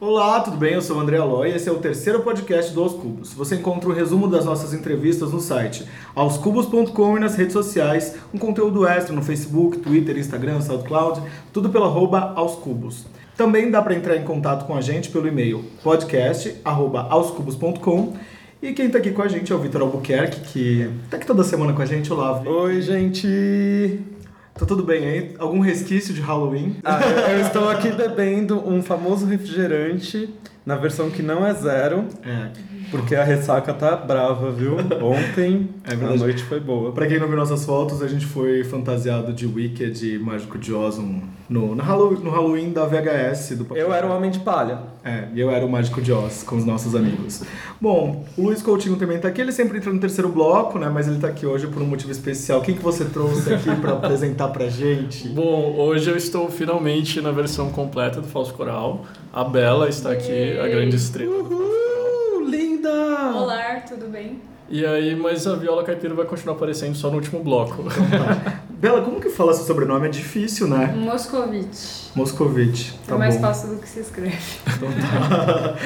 Olá, tudo bem? Eu sou o André Aloy e esse é o terceiro podcast do Aos Cubos. Você encontra o resumo das nossas entrevistas no site aoscubos.com e nas redes sociais, um conteúdo extra no Facebook, Twitter, Instagram, SoundCloud, tudo pelo arroba aos cubos. Também dá para entrar em contato com a gente pelo e-mail podcast@aoscubos.com. E quem tá aqui com a gente é o Vitor Albuquerque, que tá aqui toda semana com a gente, Olá. Vitor. Oi, gente! Tá tudo bem aí? Algum resquício de Halloween? Ah, eu eu estou aqui bebendo um famoso refrigerante na versão que não é zero, É. porque a ressaca tá brava, viu? Ontem É a verdade. noite foi boa. Pra quem não viu nossas fotos, a gente foi fantasiado de Wicked e Mágico de Oz um- no, no, Hallow- no Halloween da VHS do Eu era o Homem de Palha. É, e eu era o Mágico de Oz com os nossos amigos. Bom, o Luiz Coutinho também tá aqui, ele sempre entra no terceiro bloco, né? Mas ele tá aqui hoje por um motivo especial. Quem que você trouxe aqui pra apresentar pra gente? Bom, hoje eu estou finalmente na versão completa do Falso Coral. A Bela está aqui, a grande estrela. Uhul, linda! Olá, tudo bem? E aí, mas a Viola Caipira vai continuar aparecendo só no último bloco. Bela, como que fala seu sobrenome? É difícil, né? Moscovite. Moscovitch. Tá é mais bom. fácil do que se escreve.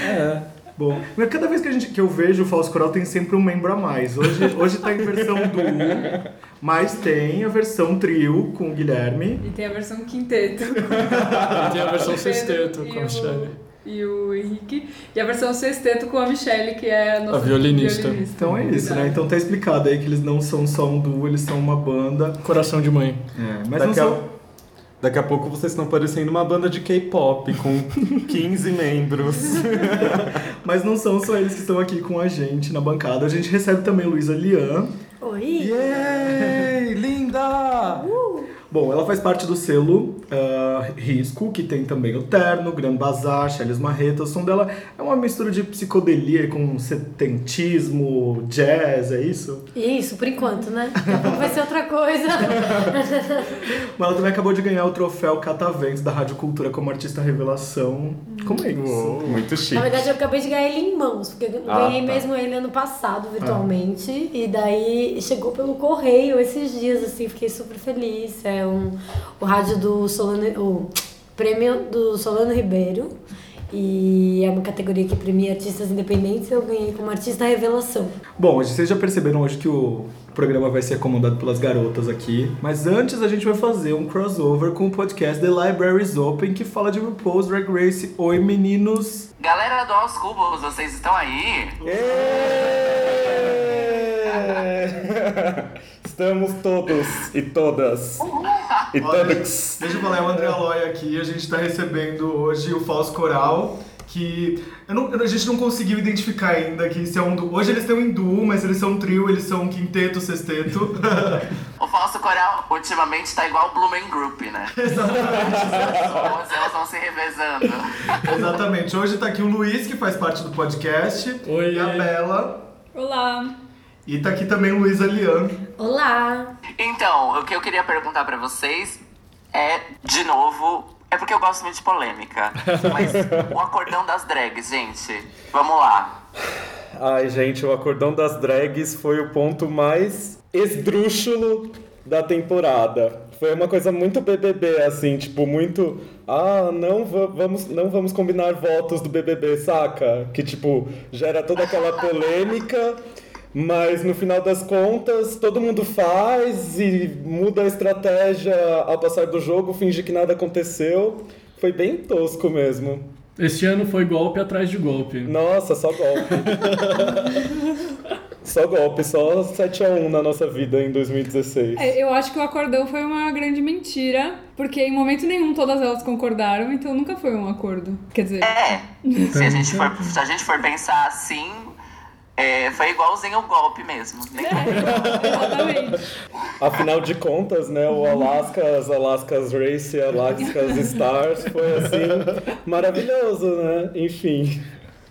É, Bom, mas cada vez que, a gente, que eu vejo o Falso Coral tem sempre um membro a mais. Hoje, hoje tá em versão duo, mas tem a versão trio com o Guilherme. E tem a versão quinteto. E tem a versão Pedro sexteto com e a o- Michelle. E o Henrique. E a versão sexteto com a Michelle, que é a nossa A violinista. Então é isso, né? Então tá explicado aí que eles não são só um duo, eles são uma banda. Coração de mãe. É, mas não daqui, são... a... daqui a pouco vocês estão parecendo uma banda de K-pop com 15 membros. Mas não são só eles que estão aqui com a gente na bancada. A gente recebe também Luísa Lian. Oi! Yay! Linda! Uh. Bom, ela faz parte do selo ah, Risco, que tem também o Terno, Gran Bazar, Charles Marreta. O som dela é uma mistura de psicodelia com setentismo, jazz, é isso? Isso, por enquanto, né? Daqui a pouco vai ser outra coisa. Mas ela também acabou de ganhar o troféu Catavento da Rádio Cultura como artista revelação. Como é isso? Muito chique. Na verdade, eu acabei de ganhar ele em mãos, porque eu Ah, ganhei tá. Ah. mesmo ele ano passado, virtualmente. E daí chegou pelo correio esses dias, assim, fiquei super feliz. É um, o rádio do Solano. O prêmio do Solano Ribeiro. E é uma categoria que premia artistas independentes. Eu ganhei como artista revelação. Bom, vocês já perceberam hoje que o programa vai ser comandado pelas garotas aqui, mas antes a gente vai fazer um crossover com o podcast The Libraries Open, que fala de RuPaul's Drag Race. Oi, meninos! Galera do Aos Cubos, vocês estão aí? Estamos todos e todas e todos. Deixa eu falar, é o André Aloy aqui, a gente tá recebendo hoje o Falso Coral, que eu não- eu- a gente não conseguiu identificar ainda que se é um duo. Hoje eles têm um duo, mas eles são um trio, eles são um quinteto, sexteto. O falso coral ultimamente tá igual o Blumen Group, né? As pessoas, elas vão se revezando. Exatamente. Hoje tá aqui o Luiz, que faz parte do podcast, Oi. e a Bela. Olá. E tá aqui também Luísa Lian. Olá! Então, o que eu queria perguntar pra vocês é, de novo, é porque eu gosto muito de polêmica. Mas o acordão das drags, gente. Vamos lá. Ai, gente, o acordão das drags foi o ponto mais esdrúxulo da temporada. Foi uma coisa muito BBB, assim, tipo, muito. Ah, não, va- vamos, não vamos combinar votos do BBB, saca? Que, tipo, gera toda aquela polêmica, mas no final das contas, todo mundo faz e muda a estratégia ao passar do jogo, finge que nada aconteceu. Foi bem tosco mesmo. Este ano foi golpe atrás de golpe. Nossa, só golpe. só golpe, só 7x1 na nossa vida em 2016. É, Eu acho que o acordão foi uma grande mentira, porque em momento nenhum todas elas concordaram, então nunca foi um acordo. Quer dizer, É, se a gente for, se a gente for pensar assim, é, foi igualzinho o golpe mesmo. Nem exatamente. Afinal de contas, né, o Alaskas, Alaskas Race, Alaskas Stars foi assim, maravilhoso, né? Enfim.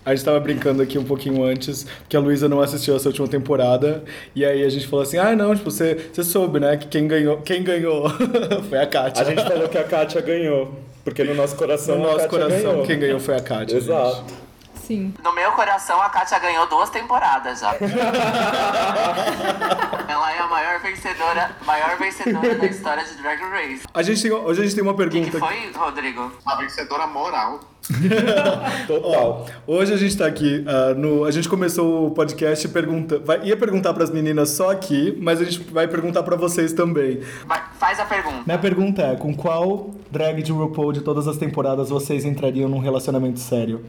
A gente tava brincando aqui um pouquinho antes, que a Luísa não assistiu essa última temporada. E aí a gente falou assim: ah, não, tipo, você, você soube, né? Que quem ganhou, quem ganhou foi a Kátia. A gente falou que a Kátia ganhou, porque no nosso coração no a nosso Kátia coração, ganhou. quem ganhou foi a Kátia. Exato. Sim. No meu coração, a Kátia ganhou duas temporadas já. Ela é a maior vencedora, maior vencedora da história de Drag Race. A gente tem, hoje a gente tem uma O que, que pergunta. foi, Rodrigo? Uma vencedora moral. Total. Hoje a gente tá aqui, ah, no, a gente começou o podcast pergunta, vai- ia perguntar pras meninas só aqui, mas a gente vai perguntar pra vocês também. Vai, faz a pergunta. Minha pergunta é, com qual drag de RuPaul de todas as temporadas vocês entrariam num relacionamento sério?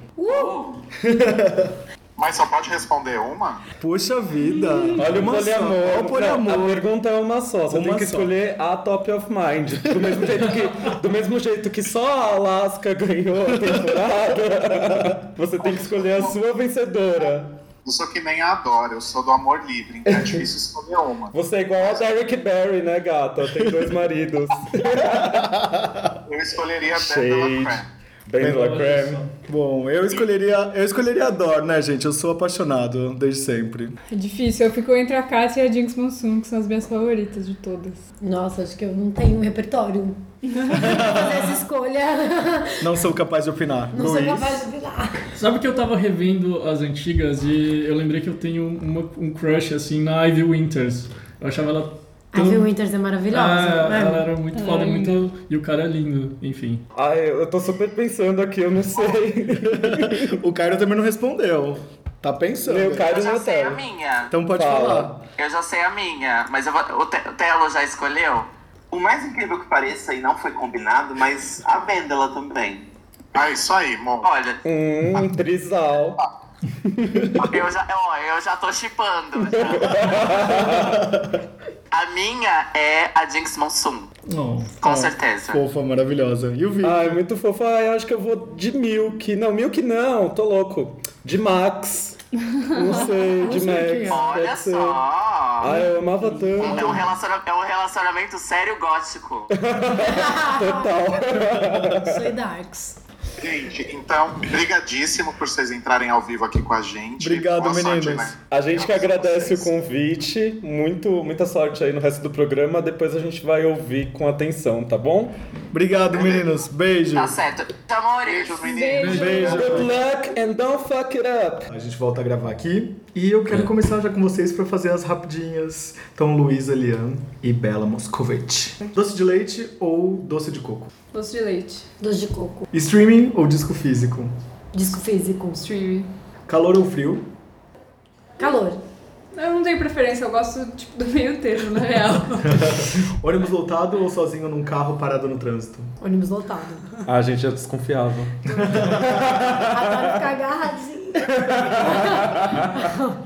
Mas só pode responder uma? Puxa vida! Olha o Uma só, poliamor. olha o Não, poliamor. A pergunta é uma só. Você Uma tem que só. escolher a top of mind. Do mesmo jeito que, do mesmo jeito que só a Alaska ganhou a temporada, você tem que escolher a sua vencedora. Não sou que nem a Adora, eu sou do amor livre, então é difícil escolher uma. Você é igual a Derek Barry, né, gata? Tem dois maridos. Eu escolheria a Bella Shade. Crane. Ben Lacreme. Bom, eu escolheria, eu escolheria a Dor, né, gente? Eu sou apaixonado desde sempre. É difícil, eu fico entre a Cássia e a Jinx Monsoon, que são as minhas favoritas de todas. Nossa, acho que eu não tenho um repertório. Fazer essa escolha, Não sou capaz de opinar. não sou Luiz. capaz de opinar. Sabe que eu tava revendo as antigas e eu lembrei que eu tenho uma- um crush assim na Ivy Winters. Eu achava ela A tão. Viu Winters é maravilhosa. um- Ah, né? ela era muito foda, muito. E o cara é lindo, enfim. Ai, eu tô super pensando aqui, eu não sei. O Cairo também não respondeu. Tá pensando. Meu Eu Cairo já não tá. sei a tem. minha. Então pode Fala. falar. Eu já sei a minha, mas eu vou- o, Te- o Telo já escolheu? O mais incrível que pareça, e não foi combinado, mas a Bendela também. Ah, isso aí, amor. Olha, Hum, trisal. eu já, ó, eu já tô chipando. a minha é a Jinx Monsoon, Não. com certeza. Fofa, maravilhosa. E o Vitor? Ai, muito fofo. Ai, acho que eu vou de Milk. Não, Milk não, tô louco. De Max. Não sei, de Max. Olha pode ser. só! Ai, eu amava tanto. É um, relaciona- é um relacionamento sério gótico. um Sou Darks. Gente, então, brigadíssimo por vocês entrarem ao vivo aqui com a gente. Obrigado, Boa sorte, meninos. né? A gente que agradece o é Vocês. um convite. Muito, muita sorte aí no resto do programa. Depois a gente vai ouvir com atenção, tá bom? Obrigado, meninos. Beijo. Tá certo. Amores, Beijo, meninos. Beijo. Good luck and don't fuck it up. A gente volta a gravar aqui. E eu quero começar já com vocês pra fazer as rapidinhas. Então, Luísa Lian e Bela Moscovitch. Doce de leite ou doce de coco? Doce de leite, Doce de coco. Streaming ou disco físico? Disco físico. stream. Calor ou frio? Calor. Eu não tenho preferência, eu gosto tipo, do meio termo, na real. Ônibus lotado ou sozinho num carro parado no trânsito? Ônibus lotado. Ah, a gente já desconfiava. Adoro ficar agarradinho.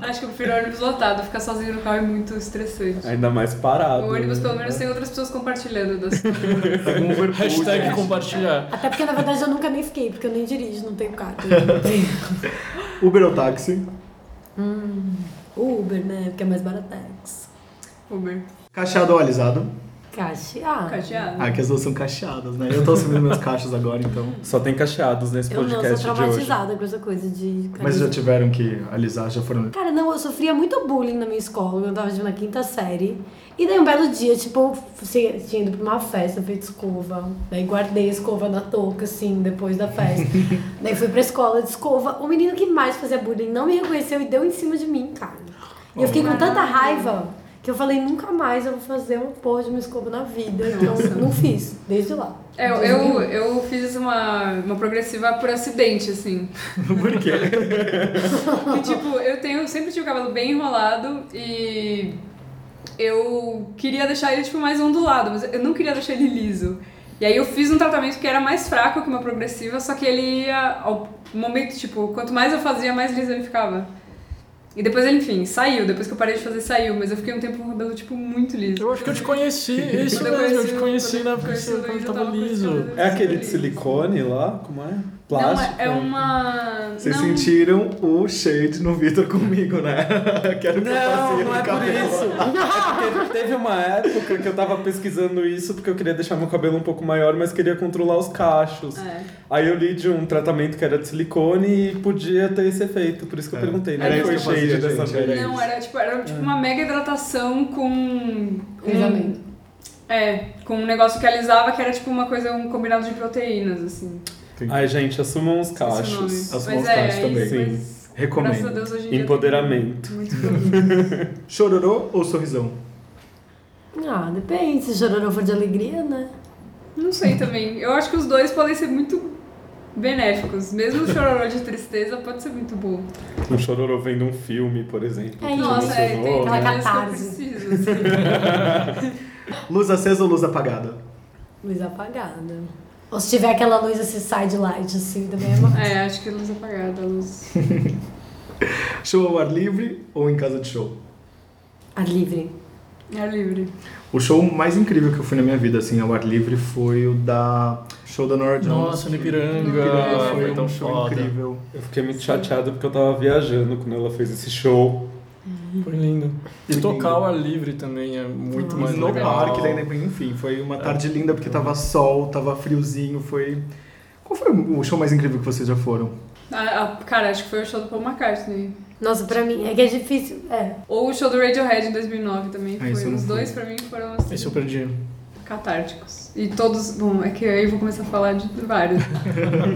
Acho que eu prefiro ônibus lotado, ficar sozinho no carro é muito estressante. Ainda mais parado. O ônibus, né? pelo menos, tem outras pessoas compartilhando das Algum um Uber Hashtag compartilhar. Até porque, na verdade, eu nunca nem fiquei, porque eu nem dirijo, não tenho carro. Uber ou táxi? Uber, né? Porque é mais baratex. Uber. Cacheado ou alisado? Cacheado. Cadeado. Ah, que as duas são cacheadas, né? Eu tô assumindo meus cachos agora, então. Só tem cacheados nesse Eu não, sou podcast de hoje. traumatizada com essa coisa de... Mas já tiveram que alisar, já foram. Cara, não, eu sofria muito bullying na minha escola, eu tava tipo, na quinta série. E daí um belo dia, tipo, eu fui- tinha ido pra uma festa, feito escova. Daí guardei a escova na touca, assim, depois da festa. daí fui pra escola de escova. O menino que mais fazia bullying não me reconheceu e deu em cima de mim, cara. E eu fiquei com tanta raiva que eu falei, nunca mais eu vou fazer uma porra de uma escova na vida. Então, não fiz, desde lá. um- É, eu, eu, eu fiz uma, uma progressiva por acidente, assim. Por quê? E, tipo, eu tenho, sempre tive o cabelo bem enrolado e eu queria deixar ele tipo, mais ondulado, mas eu não queria deixar ele liso. E aí eu fiz um tratamento que era mais fraco que uma progressiva, só que ele ia ao momento, tipo, quanto mais eu fazia, mais liso ele ficava. E depois ele, enfim, saiu. Depois que eu parei de fazer, saiu. Mas eu fiquei um tempo com o cabelo, tipo, muito liso. Eu acho que eu te conheci, é isso Quando eu mesmo, eu te conheci conheci o- quando na eu época que você conheci o Luiz, eu tava tava com esse liso. cabelo É aquele de liso. silicone lá? Como é? Não, Plástico? é uma... Vocês não, sentiram o shade no Vitor comigo, né? Quero que eu Não, não passeie no é por cabelo. isso. É teve, teve uma época que eu tava pesquisando isso porque eu queria deixar meu cabelo um pouco maior, mas queria controlar os cachos. É. Aí eu li de um tratamento que era de silicone e podia ter esse efeito, por isso que eu perguntei, né? É. Era Não isso foi que eu fazia, shade dessa gente, era vez. Não, era tipo, era É. tipo uma mega hidratação com. Cruzamento. com- É, com um negócio que alisava que era tipo uma coisa, um combinado de proteínas, assim. Ai, gente, assumam os Esse nome. cachos. As Mas mãos é, caras é também. isso, Sim. mas graças a Recomendo. Deus hoje em dia. Empoderamento. tem Muito produto. Chororô ou sorrisão? Ah, depende, se chororô for de alegria, né? Não sei também. Eu acho que os dois podem ser muito benéficos. Mesmo o chororô de tristeza pode ser muito bom. Um chororô vendo um filme, por exemplo. É que isso. Nossa, é, tem emocionou, Aquela tem né? coisas que eu catarse. preciso. assim. Luz acesa ou luz apagada? Luz apagada. Ou se tiver aquela luz, esse side light, assim, também é uma... É, acho que luz apagada, luz. Show ao ar livre ou em casa de show? Ar livre. Ar É livre. O show mais incrível que eu fui na minha vida, assim, ao ar livre, foi o da show da Nora Jones. Nossa, no Ipiranga, Ipiranga, foi foi tão um show foda. incrível. Eu fiquei muito chateado porque eu tava viajando quando ela fez esse show. Foi lindo. E Lindo. Uhum. tocar ao ar livre também é muito mais no legal. É. Uhum. parque, daí, né, enfim, foi uma tarde linda porque tava sol, tava friozinho, foi. Qual foi o show mais incrível que vocês já foram? Ah, ah, cara, acho que foi o show do Paul McCartney. Nossa, pra mim, é que é difícil. É. Ou o show do Radiohead em 2009 também. Ah, esse eu foi. não Os fui. dois, pra mim, foram assim, Esse eu perdi. catárticos. E todos... Bom, é que aí eu vou começar a falar de vários.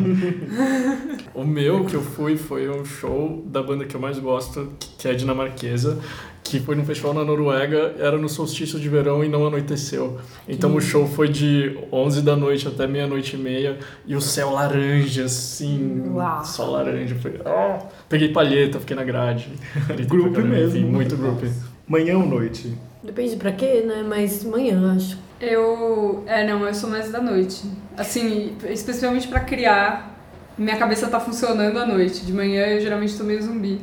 O meu que eu fui foi um show da banda que eu mais gosto, que é dinamarquesa, que foi num festival na Noruega, era no solstício de verão e não anoiteceu. Então o show foi de 11 da noite até meia-noite e meia, e o céu laranja, assim, Uau. só laranja. Foi... Ah! Peguei palheta, fiquei na grade. Gritei pra Grupo caramba, mesmo. Enfim, muito grupo. Manhã ou noite? Depende pra quê, né? Mas manhã, acho. Eu. É, não, eu sou mais da noite. Assim, especialmente pra criar, minha cabeça tá funcionando à noite. De manhã eu geralmente tô meio zumbi.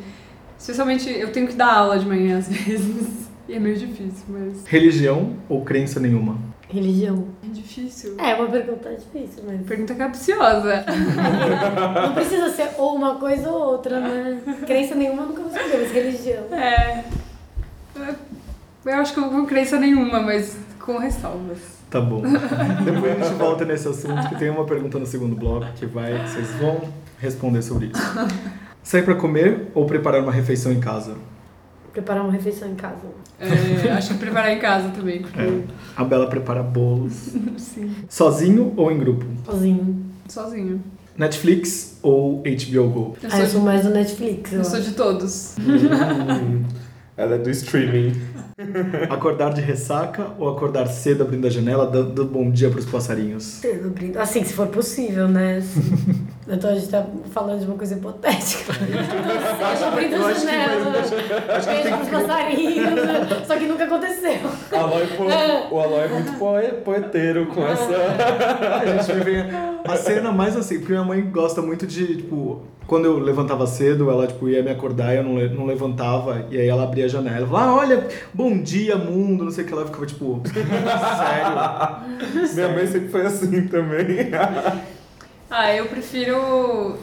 Especialmente eu tenho que dar aula de manhã às vezes. E é meio difícil, mas. Religião ou crença nenhuma? Religião. É difícil. É, uma pergunta difícil, mas... Pergunta capciosa. Não precisa ser ou uma coisa ou outra, né? Crença nenhuma eu nunca vou escolher, mas religião. É. Eu acho que eu não crença nenhuma, mas com ressalvas. Tá bom. Depois a gente volta nesse assunto, que tem uma pergunta no segundo bloco que vai, vocês vão responder sobre isso. Sair pra comer ou preparar uma refeição em casa? Preparar uma refeição em casa. É, acho que preparar em casa também, porque. A Bela prepara bolos. Sim. Sozinho ou em grupo? Sozinho. Sozinho. Netflix ou HBO Go? Eu Ah, eu sou, sou mais do Netflix, de, eu eu, acho. sou de todos. Uhum. Hum, ela é do streaming. Acordar de ressaca ou acordar cedo abrindo a janela dando bom dia pros passarinhos? Eu brindo. Assim, se for possível, né? Assim, então a gente tá falando de uma coisa hipotética. Eu abrindo a janela. Beijo pros passarinhos. né? Só que nunca aconteceu. Aloy po- O Aloy é muito poe- poeteiro com essa. A gente vivem a cena mais assim, porque minha mãe gosta muito de, tipo, quando eu levantava cedo, ela tipo, ia me acordar e eu não, le- não levantava, e aí ela abria a janela e falava, ah, olha, bom dia, mundo, não sei o que, ela ficava tipo, sério. Minha mãe sempre foi assim também. Ah, eu prefiro,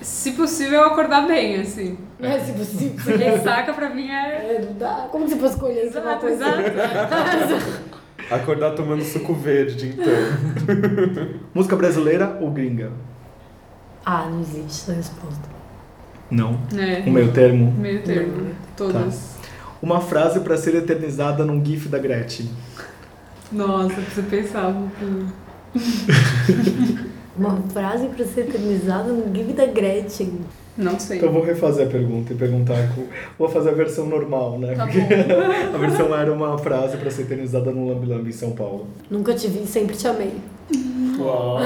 se possível, eu acordar bem, assim. Não é se possível. Ressaca pra mim é. É, não dá. Como se fosse escolher sei lá, é uma Exato, coisa? exato. Acordar tomando suco verde, então. Música brasileira ou gringa? Ah, não existe essa resposta. Não. Um É, meio termo. meio termo. Todas. Uma frase pra ser eternizada num gif da Gretchen. Nossa, preciso pensar um pouquinho. Uma frase pra ser eternizada no Give da Gretchen. Não sei. Então eu vou refazer a pergunta e perguntar com... Vou fazer a versão normal, né? Tá Porque bom. a versão era uma frase pra ser eternizada num Lambi Lambi em São Paulo. Nunca te vi, sempre te amei. Uau.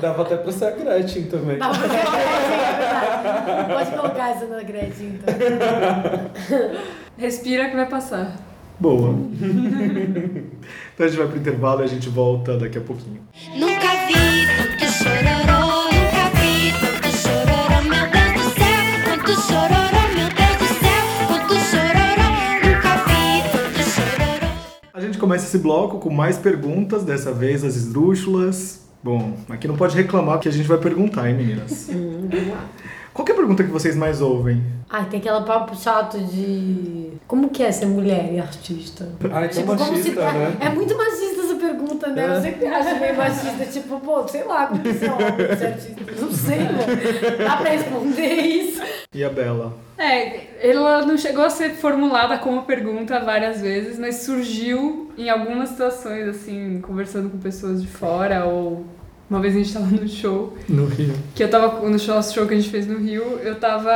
Dava até É pra ser a Gretchen também. Tá Dá pra ser a Gretchen, é verdade. Pode colocar essa na Gretchen, então. Respira que vai passar. Boa. então a gente vai pro intervalo e a gente volta daqui a pouquinho. Nunca vi tanto chororô, nunca vi tanto chororô, meu Deus do céu, quanto chororô, meu Deus do céu, quanto chororô, nunca vi tanto chororô. A gente começa esse bloco com mais perguntas, dessa vez as esdrúxulas. Bom, aqui não pode reclamar que a gente vai perguntar, hein, meninas? Qual que é a pergunta que vocês mais ouvem? Ah, tem aquela papo chato de. Como que é ser mulher e artista? Tipo, Ai, tão como se- machista, né? É. É muito machista essa pergunta, né? Eu sempre acho meio machista. Tipo, pô, sei lá, como que ser homem ser artista? Não sei, mano. Dá pra responder isso? E a Bela? É, ela não chegou a ser formulada como pergunta várias vezes, mas surgiu em algumas situações, assim, conversando com pessoas de fora, ou uma vez a gente tava no show, No Rio. que eu tava no show, nosso show que a gente fez no Rio, eu tava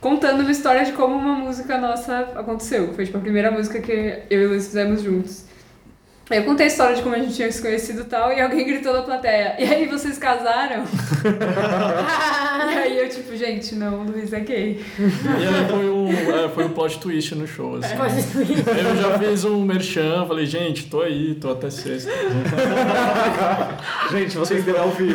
contando uma história de como uma música nossa aconteceu. Foi tipo a primeira música que eu e o Luiz fizemos juntos. Eu contei a história de como a gente tinha se conhecido e tal, e alguém gritou da plateia, e aí vocês casaram? e aí eu tipo, gente, não, o Luiz é gay. E aí foi um, é, foi um plot twist no show, Tipo, assim. É. Eu já fiz um merchan, falei, gente, tô aí, tô até sexta. Gente, vocês,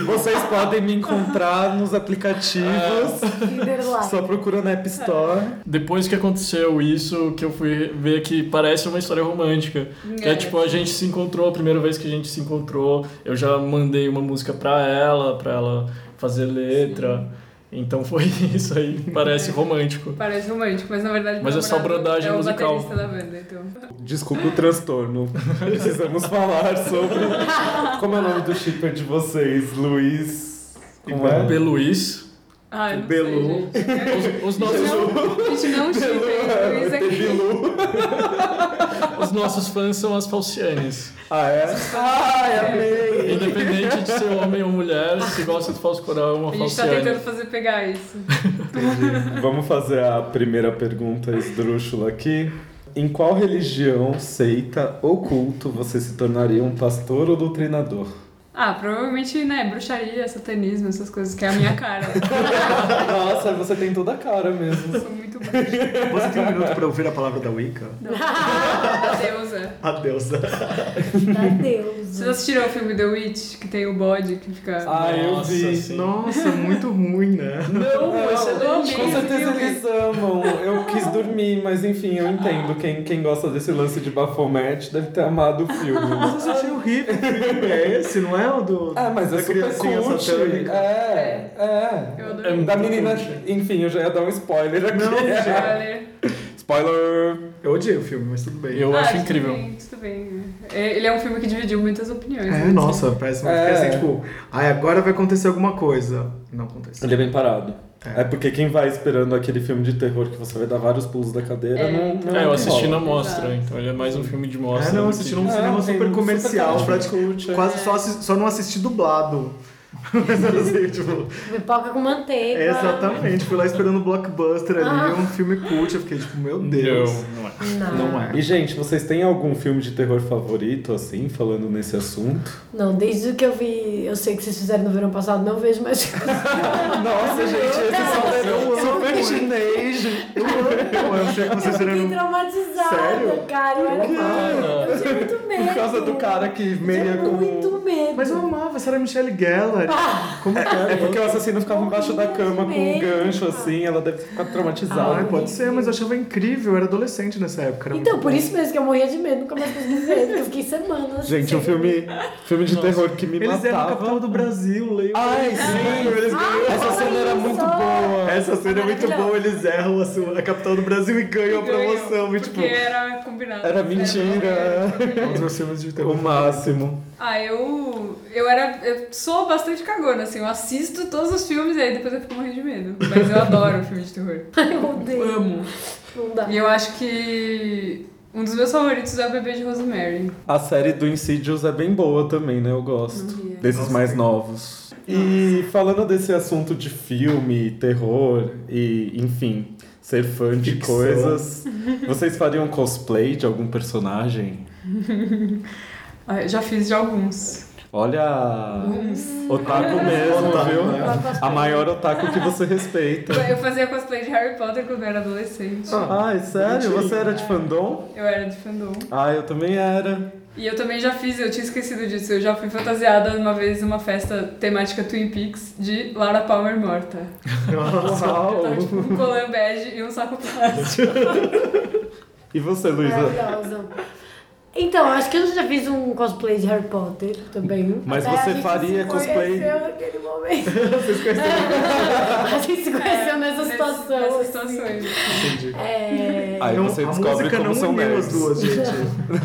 vocês podem me encontrar nos Ah, aplicativos. Tinder lá. Só procura na App Store. Depois que aconteceu isso, que eu fui ver que parece uma história romântica. Que é É. tipo, a gente se encontrou, a primeira vez que a gente se encontrou, eu já mandei uma música pra ela, pra ela fazer letra. Então foi isso aí, É. parece romântico. Parece romântico, mas na verdade Mas meu é só namorado brodagem é o musical. baterista da banda, então. Desculpa o transtorno. Precisamos falar sobre. Como é o nome do shipper de vocês? Luiz. Como é? Beluiz. Ai, Ah, não Belu. sei, gente. Os nossos, Não, gente, não chipem, Luiz é gay. os nossos fãs são as falcianes. Ah, é? Ai, amei! Independente de ser homem ou mulher, se gosta do falso coral, é uma A gente tá falciane. tentando fazer pegar isso. Vamos fazer a primeira pergunta esdrúxula aqui. Em qual religião, seita ou culto você se tornaria um pastor ou doutrinador? Ah, provavelmente, né, bruxaria, satanismo, essas coisas que é a minha cara. Nossa, você tem toda a cara mesmo. Eu sou muito bruxa. Você tem um minuto pra ouvir a palavra da Wicca? A deusa. Adeus. Deus. Vocês assistiram o filme The Witch, que tem o bode que fica... Ah, eu Nossa, vi. sim. Nossa, é muito ruim, né? Não, é excelente. Com certeza eles amam. Eu quis dormir, mas enfim, eu entendo. Quem, quem gosta desse lance de Baphomet deve ter amado o filme. né? Mas eu achei horrível. É esse, não é o do. Ah, mas da é super criancinha cult. satânica. É, é. Eu adorei. Da menina... Enfim, eu já ia dar um spoiler aqui. Não, já. Olha. Spoiler! Eu odiei o filme, mas tudo bem. Eu Ah, acho tudo incrível. bem, tudo bem. É, Ele é um filme que dividiu muitas opiniões. É, né? nossa, parece uma É. é. assim, tipo, ai, agora vai acontecer alguma coisa. Não aconteceu. Ele é bem parado. É. É. porque quem vai esperando aquele filme de terror que você vai dar vários pulos da cadeira É. não, não. É, eu assisti na rola. mostra, então ele é mais um filme de mostra. É, não, do assisti que- num cinema tem super comercial, super praticamente. cult, é. Quase só, assi- só não assisti dublado. Mas eu sei, tipo, Pipoca com manteiga. é exatamente, fui lá esperando o blockbuster ali, um filme cult, eu fiquei tipo, meu Deus. Não, não é. Não. Não é. E, gente, vocês têm algum filme de terror favorito, assim, falando nesse assunto? Não, desde o que eu vi, eu sei que vocês fizeram no verão passado, não vejo mais. Nossa, gente, esse só um Eu amo. super chinês. Eu amo, eu achei que vocês Eu fiquei seriam. traumatizada, Sério? cara. Eu era É. Cara. Eu tinha muito medo. Por causa do cara que meia Eu tinha muito com. medo. Ah. Mas eu amava, essa era a Michelle Geller. Como que É é? porque o assassino ficava embaixo da cama com um Muito medo. gancho assim, ela deve ficar Ai, traumatizada. pode ser, mas eu achava incrível, eu era adolescente nessa época. era Então, muito por bom. isso mesmo que eu morria de medo, nunca mais consegui ver, porque eu fiquei semanas. Gente, sem um filme, filme de terror que me Eles eram a matava. capital do Brasil, leio. Ai, Ah, sim! Eles ganham- Essa cena era muito Olha só. boa. Essa cena é muito Maravilhosa. boa, eles erram a, sua- a capital do Brasil e ganham a Ganhou, promoção. E, tipo, Porque era combinado. Era mentira. é um dos meus filmes de O terror. máximo. Ah, eu. Eu era. Eu sou bastante cagona, assim. Eu assisto todos os filmes e aí depois eu fico morrendo de medo. Mas eu adoro filme de terror. Eu odeio. Amo. Não dá. E eu acho que. Um dos meus favoritos é o bebê de Rosemary. A série do Insidious é bem boa também, né? Eu gosto. Não vi. Desses Nossa, mais sim. novos. E falando desse assunto de filme, terror e, enfim, ser fã de Ficção. coisas, vocês fariam cosplay de algum personagem? Ah, eu já fiz de alguns. Olha. Alguns. Otaku mesmo, Otaku, viu? né? A maior otaku que você respeita. Eu fazia cosplay de Harry Potter quando eu era adolescente. Ai, sério? Você era de fandom? Eu era de fandom. Ah, eu também era. E eu também já fiz, eu tinha esquecido disso, eu já fui fantasiada uma vez numa festa temática Twin Peaks de Lara Palmer morta. Eu tava tipo Uau! com um colã bege e um saco plástico. E você, Luísa? Maravilhosa. Então, acho que eu já fiz um cosplay de Harry Potter também. Mas Até a você gente faria se cosplay- conheceu naquele momento. a gente se conheceu nessa situação. É, Nessas assim. situações. É... Aí Não, você a descobre música como não são uniu nerds. as duas, gente.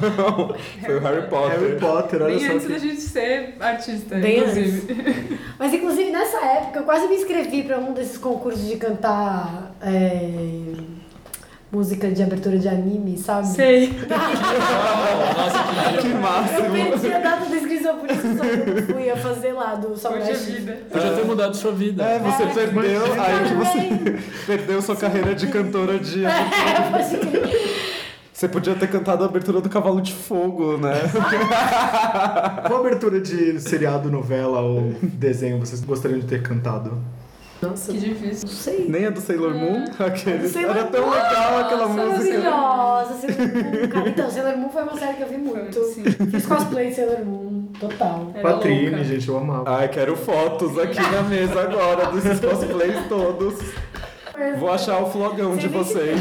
Não, foi o Harry Potter. Harry Potter, olha Bem só. antes da Que... gente ser artista, Bem inclusive. Mas inclusive nessa época eu quase me inscrevi pra um desses concursos de cantar é, música de abertura de anime, sabe? Sei. Então, Que Eu máximo! perdi a data da inscrição, por isso que só eu fui eu fazer lá do Hoje é Salvador. vida. Podia ter mudado sua vida. É, você perdeu, aí que Também. assim, você perdeu sua carreira de cantora de. É, pode crer. Você podia ter cantado a abertura do Cavalo de Fogo, né? Qual abertura de seriado, novela ou desenho vocês gostariam de ter cantado? Nossa, Que difícil. não sei. Nem a do Sailor Moon? Aqueles. Sailor Era tão legal aquela Nossa, música. Maravilhosa, Sailor Moon. Cara, então, Sailor Moon foi uma série que eu vi muito. Sim. Fiz cosplay de Sailor Moon, total. Era Patrine, assim. louca. gente, eu amava. Ai, quero fotos aqui na mesa agora desses cosplays todos. Vou achar o flogão um de vocês.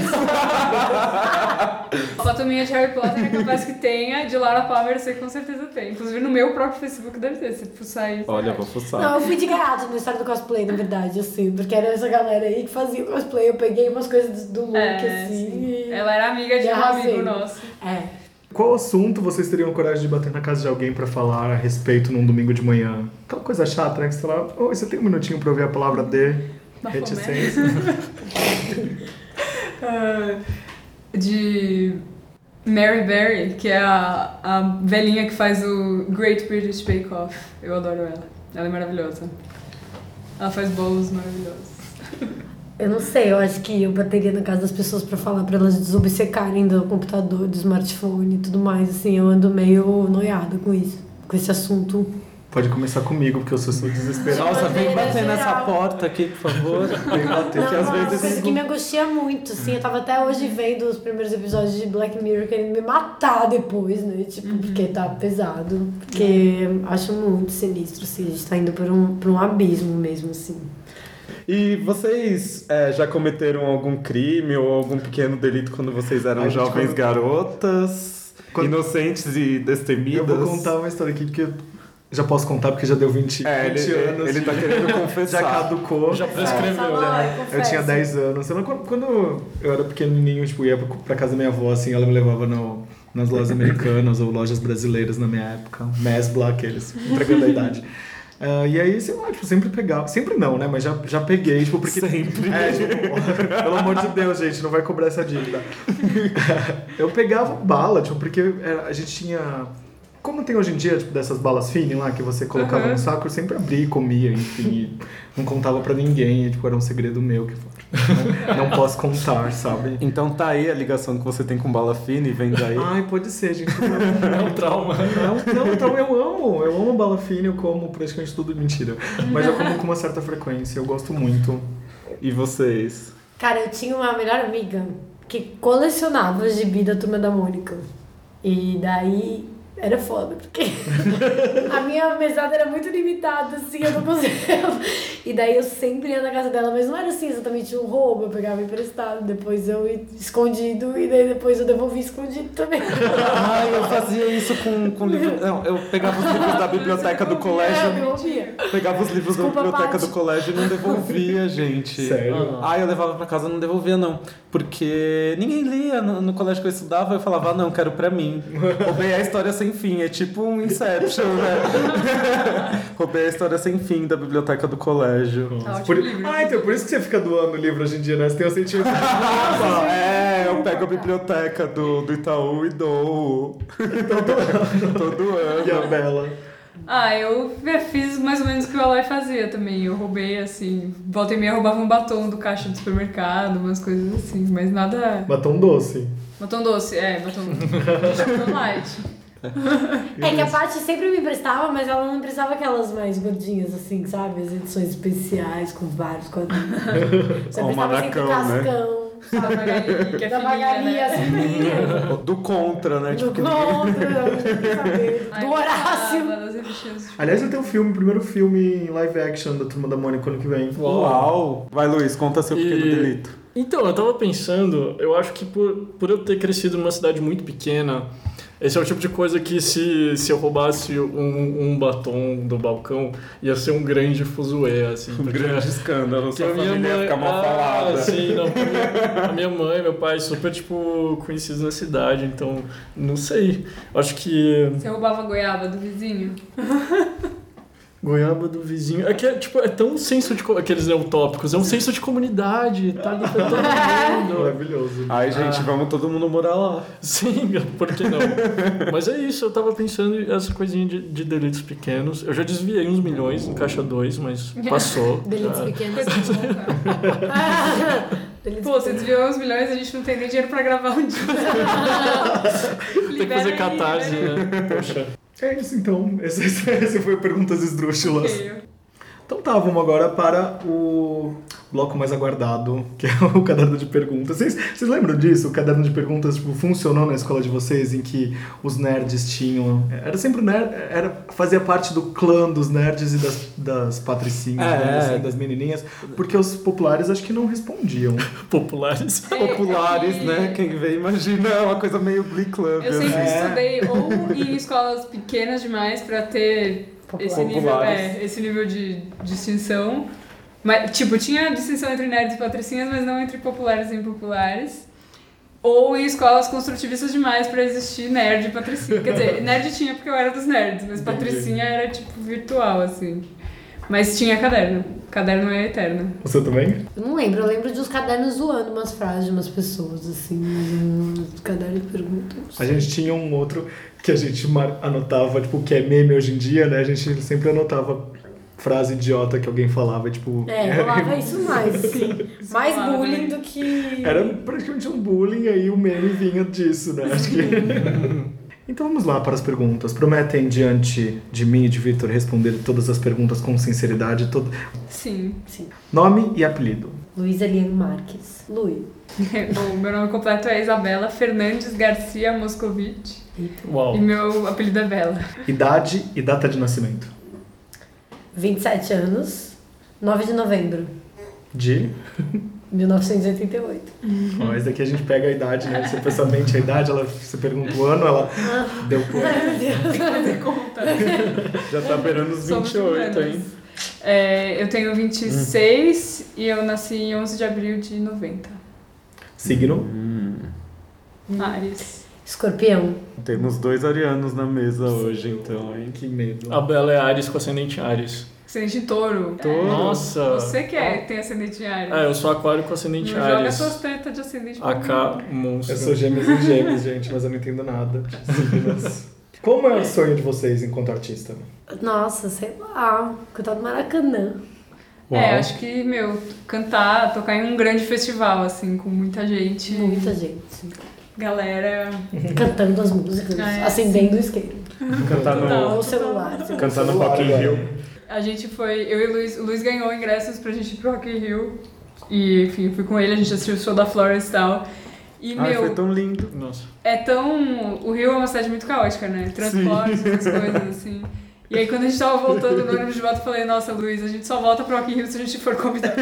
Foto minha de Harry Potter é capaz que tenha, de Lara Palmer você com certeza tem. Inclusive no meu próprio Facebook deve ter, se fuçar isso. Olha, vou Não, fuçar. eu fui de gaiato no estado do cosplay, na verdade, assim, porque era essa galera aí que fazia o cosplay. Eu peguei umas coisas do look, É, assim. sim. e- Ela era amiga de E um arrasei. amigo nosso. É. Qual assunto vocês teriam coragem de bater na casa de alguém pra falar a respeito num domingo de manhã? Aquela coisa chata, né? Que você fala, oi, você tem um minutinho pra ouvir a palavra de Uma reticência? Ah, de Mary Berry, que é a, a velhinha que faz o Great British Bake Off. Eu adoro ela. Ela é maravilhosa. Ela faz bolos maravilhosos. Eu não sei, eu acho que eu bateria na casa das pessoas pra falar pra elas desobcecarem do computador, do smartphone e tudo mais, assim, eu ando meio noiada com isso, com esse assunto. Pode começar comigo, porque eu sou seu desesperado. Nossa, vem maneira bater nessa geral. porta aqui, por favor. Vem bater. que às uma vezes- coisa que me angustia muito, assim, eu tava até hoje vendo os primeiros episódios de Black Mirror querendo me matar depois, né, tipo, Uhum. porque tá pesado, porque acho muito sinistro, assim, a gente tá indo por um, por um abismo mesmo, assim. E vocês é, já cometeram algum crime ou algum pequeno delito quando vocês eram Ai, gente, jovens quando- garotas? Quando- Inocentes e Eu destemidas? vou contar uma história aqui, porque eu já posso contar, porque já deu 20, É, 20 ele, anos. ele tá querendo Já confessar. caducou. Prescreveu, né? né? Eu tinha 10 anos. Eu não- quando eu era pequenininho, tipo, ia pra casa da minha avó, assim, ela me levava no, nas lojas americanas ou lojas brasileiras na minha época. Mesbla, aqueles, entregando a idade. Ah, e aí, sei lá, tipo, sempre pegava. Sempre não, né? Mas já, já peguei, tipo, porque. Sempre. É, tipo, pelo amor de Deus, gente, não vai cobrar essa dívida. Eu pegava bala, tipo, porque era- a gente tinha. Como tem hoje em dia, tipo, dessas balas finas lá que você colocava Aham. no saco, eu sempre abria e comia, enfim, e não contava pra ninguém, e, tipo, era um segredo meu que tipo, não, não posso contar, sabe? Então tá aí a ligação que você tem com bala fina e vem daí. Ai, pode ser, gente. É um trauma. Não, não, então eu amo, eu amo bala fina, eu como praticamente tudo mentira. Mas eu como com uma certa frequência, eu gosto muito. E vocês? Cara, eu tinha uma melhor amiga que colecionava os gibi da Turma da Mônica. E daí era foda, porque a minha mesada era muito limitada, assim, eu não conseguia. E daí eu sempre ia na casa dela, mas não era assim exatamente um roubo, eu pegava emprestado, depois eu ia escondido, e daí depois eu devolvi escondido também. Ai, eu fazia isso com, com livro. Não, eu pegava os livros da biblioteca do É, eu colégio. devolvia. Pegava os livros Desculpa, da biblioteca Paty. do colégio e não devolvia, gente. Sério? Ah, eu levava pra casa e não devolvia, não. Porque ninguém lia no, no colégio que eu estudava, eu falava, ah, não, quero pra mim. Roubei a história sem fim, é tipo um Inception, né? Roubei a história sem fim da biblioteca do colégio. Tá ótimo Por- livro. Ah, então por isso que você fica doando o livro hoje em dia, né? Você tem o sentimento. Ah, é, eu pego a biblioteca do, do Itaú e dou. Todo E a ano. Bela. Ah, eu é, fiz mais ou menos o que o Aloy fazia também. Eu roubei, assim, volta e meia eu roubava um batom do caixa do supermercado, umas coisas assim, mas nada. Batom doce. Batom doce, é, batom, batom light. É que a Paty sempre me emprestava, mas ela não emprestava aquelas mais gordinhas, assim, sabe? As edições especiais com vários quadrinhos. Você Ó, o emprestava sempre Manacão, o né? cascão, Da Magali, que é da filhinha, assim, Magali, né? as filhinhas, Do contra, né? Tipo, do que ninguém- Londra, Ai, do eu Horácio. gostava das revistinhas. Aliás, vai ter o filme, o primeiro filme em live action da Turma da Mônica ano que vem. Uau! Vai, Luiz, conta seu pequeno E- delito. Então, eu tava pensando, eu acho que por, por eu ter crescido numa cidade muito pequena, esse é o tipo de coisa que se, se eu roubasse um, um batom do balcão, ia ser um grande fuzuê, assim. Um porque- grande escândalo, porque sua família ia ficar mal Ah, falada. sim, não, porque a minha mãe, meu pai, super, tipo, conhecidos na cidade, então, não sei. Acho que Você roubava a goiaba do vizinho? Goiaba do vizinho. É que é, tipo, é tão senso de. co- Aqueles utópicos, é um senso de comunidade, tá ali pra todo mundo. Maravilhoso. Ai, gente, vamos todo mundo morar lá. Sim, por que não? Mas é isso, eu tava pensando essa coisinha de, de delitos pequenos. Eu já desviei uns milhões no caixa 2, mas passou. Ah. Delitos já. pequenos. Coisa louca. Ele Pô, você desviou uns milhões, a gente não tem nem dinheiro pra gravar um dia. Tem que fazer catarse, né? Poxa. É isso então. Esse, esse foi o Perguntas Esdrúxulas. Então tá, vamos agora para o bloco mais aguardado, que é o caderno de perguntas. Vocês, vocês lembram disso? O caderno de perguntas tipo, funcionou na escola de vocês, em que os nerds tinham. Era sempre o nerd. Era, fazia parte do clã dos nerds e das, das patricinhas, É, né, assim, é. das menininhas, porque os populares acho que não respondiam. Populares. Populares, né? Quem vê imagina, é uma coisa meio Glee Club. assim. Eu sempre É. estudei ou em escolas pequenas demais pra ter esse nível, Populares. é, esse nível de distinção. Mas, tipo, tinha distinção entre nerds e patricinhas, mas não entre populares e impopulares. Ou em escolas construtivistas demais pra existir nerd e patricinha. Quer dizer, nerd tinha porque eu era dos nerds, mas patricinha era, tipo, virtual, assim. Mas tinha caderno. Caderno é eterno. Você também? Eu não lembro, eu lembro de uns cadernos zoando umas frases de umas pessoas, assim, uns cadernos de perguntas. É. A gente tinha um outro que a gente mar- anotava, tipo, que é meme hoje em dia, né? A gente sempre anotava frase idiota que alguém falava, tipo. É, rolava isso mais. assim. mais Zoava, bullying né? do que. Era praticamente um bullying aí o meme vinha disso, né? Acho que. Então vamos lá para as perguntas. Prometem diante de mim e de Victor responder todas as perguntas com sinceridade. Todo... Sim. Nome e apelido. Luiz Eliane Marques. Lui. Bom, meu nome completo é Isabela Fernandes Garcia Moscovitch. Uau. E meu apelido é Bela. Idade e data de nascimento. 27 anos. 9 de novembro. De. 1988. Ó, esse daqui a gente pega a idade, né? Você pensa mente a idade, ela, você pergunta o ano, ela deu é. quanto? Já tá beirando os Somos 28, humanos. hein? É, eu tenho 26 e eu nasci em 11 de abril de 90. Signo. Ares. Escorpião. Temos dois arianos na mesa hoje, então, hein? Que medo. A Bela é Ares com ascendente em Ares. Ascendente em touro. É. Nossa. Você que é, tem ascendente em Ares. É, eu sou aquário com ascendente em Não joga Ares. suas tretas de ascendente pra mim. AK, Eu monstro. sou gêmeos e gêmeos, gente, mas eu não entendo nada. Como é o sonho de vocês enquanto artista? Nossa, sei lá. Cantar do Maracanã. É, Uau. acho que, meu, cantar, tocar em um grande festival, assim, com muita gente. Muita gente. Galera. Cantando as músicas. Ah, é, Tá, acendendo o isqueiro. Cantar Total. no, Ou o celular. assim. cantar no Rock in Rio. A gente foi. Eu e o Luiz. O Luiz ganhou ingressos pra gente ir pro Rock in Rio. E, enfim, fui com ele, a gente assistiu o show da Florence e tal. E, Ai, meu, foi tão lindo. Nossa. é tão. O Rio é uma cidade muito caótica, né? Transportes, essas coisas assim. E aí, quando a gente tava voltando no ônibus de volta, eu falei: Nossa, Luiz, a gente só volta pro Rock in Rio se a gente for convidado.